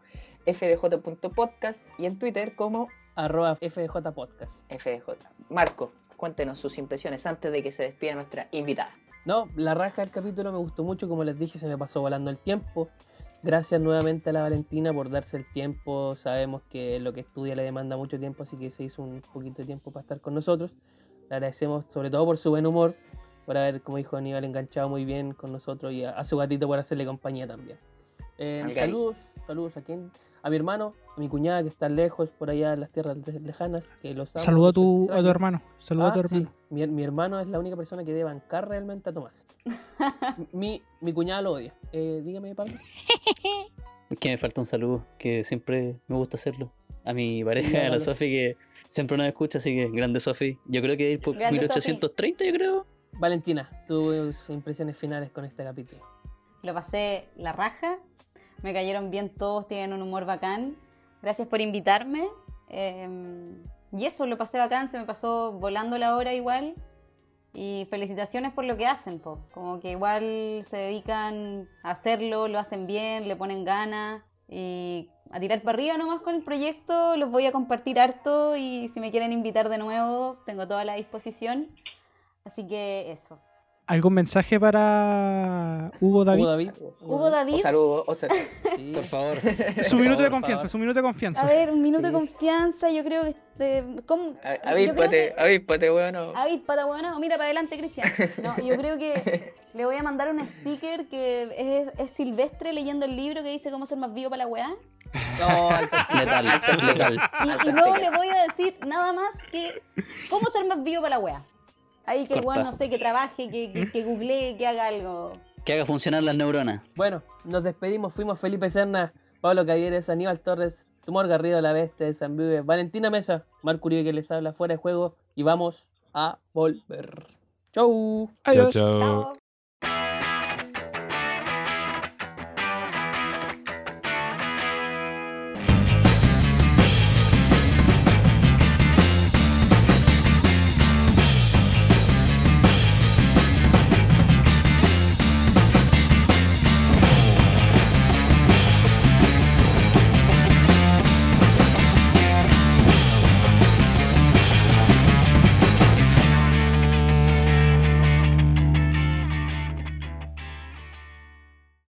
S3: fdj.podcast y en Twitter como
S2: Arroba FDJ Podcast.
S3: FDJ. Marco, cuéntenos sus impresiones antes de que se despida nuestra invitada.
S2: No, la raja del capítulo me gustó mucho, como les dije, se me pasó volando el tiempo. Gracias nuevamente a la Valentina por darse el tiempo. Sabemos que lo que estudia le demanda mucho tiempo, así que se hizo un poquito de tiempo para estar con nosotros. Le agradecemos sobre todo por su buen humor, por haber, como dijo Aníbal, enganchado muy bien con nosotros y a, a su gatito por hacerle compañía también. Eh,
S3: Al Gaby.
S2: saludos, saludos a quien, a mi hermano, a mi cuñada que está lejos, por allá en las tierras de- lejanas, que los amo,
S1: Saluda a
S2: los
S1: tu, a tu
S2: extraño.
S1: hermano. Saluda a tu
S2: Ah, sí.
S1: hermano.
S2: Mi, mi hermano es la única persona que debe bancar realmente a Tomás. mi, mi cuñada lo odia. Eh, dígame, Pablo.
S4: Que me falta un saludo, que siempre me gusta hacerlo. A mi pareja, a la
S2: hágalo.
S4: Sofi, que siempre nos escucha, así que grande Sofi. Yo creo que ir por
S6: Grande
S4: 1830, yo creo.
S2: Valentina, tus impresiones finales con este capítulo.
S6: Lo pasé la raja, me cayeron bien todos, tienen un humor bacán. Gracias por invitarme. eh, y eso, lo pasé bacán, se me pasó volando la hora igual. Y felicitaciones por lo que hacen, po. como que igual se dedican a hacerlo, lo hacen bien, le ponen ganas. Y a tirar para arriba nomás con el proyecto, los voy a compartir harto y si me quieren invitar de nuevo, tengo toda la disposición. Así que eso.
S1: ¿Algún mensaje para Hugo David?
S2: Hugo David.
S6: Hugo David.
S3: O saludo, o saludo.
S2: Sí.
S4: Por favor.
S1: Su minuto de confianza, su minuto de confianza.
S6: A ver, un minuto
S2: Sí.
S6: de confianza, yo creo que este, ¿cómo?
S3: A-
S6: yo creo
S3: Avíspate,
S6: que-
S3: avíspate, weón. no.
S6: Avíspate, bueno, mira para adelante, Cristian. No, yo creo que le voy a mandar un sticker que es, es Silvestre leyendo el libro que dice cómo ser más vivo para la weá.
S2: No, al-
S4: letal, letal.
S3: Ah,
S6: Y, y no le voy a decir nada más que cómo ser más vivo para la weá. Ahí que el
S4: Corta.
S6: weón, no sé, que trabaje, que, que, que googlee, que haga algo.
S4: Que haga funcionar las neuronas.
S2: Bueno, nos despedimos. Fuimos Felipe Serna, Pablo Cavieres, Aníbal Torres, Tumor Garrido, La Bestia de San Vive, Valentina Mesa, Marco Uribe que les habla fuera de juego y vamos a volver. Chau.
S5: Chao,
S1: Adiós.
S5: chao.
S6: Chao.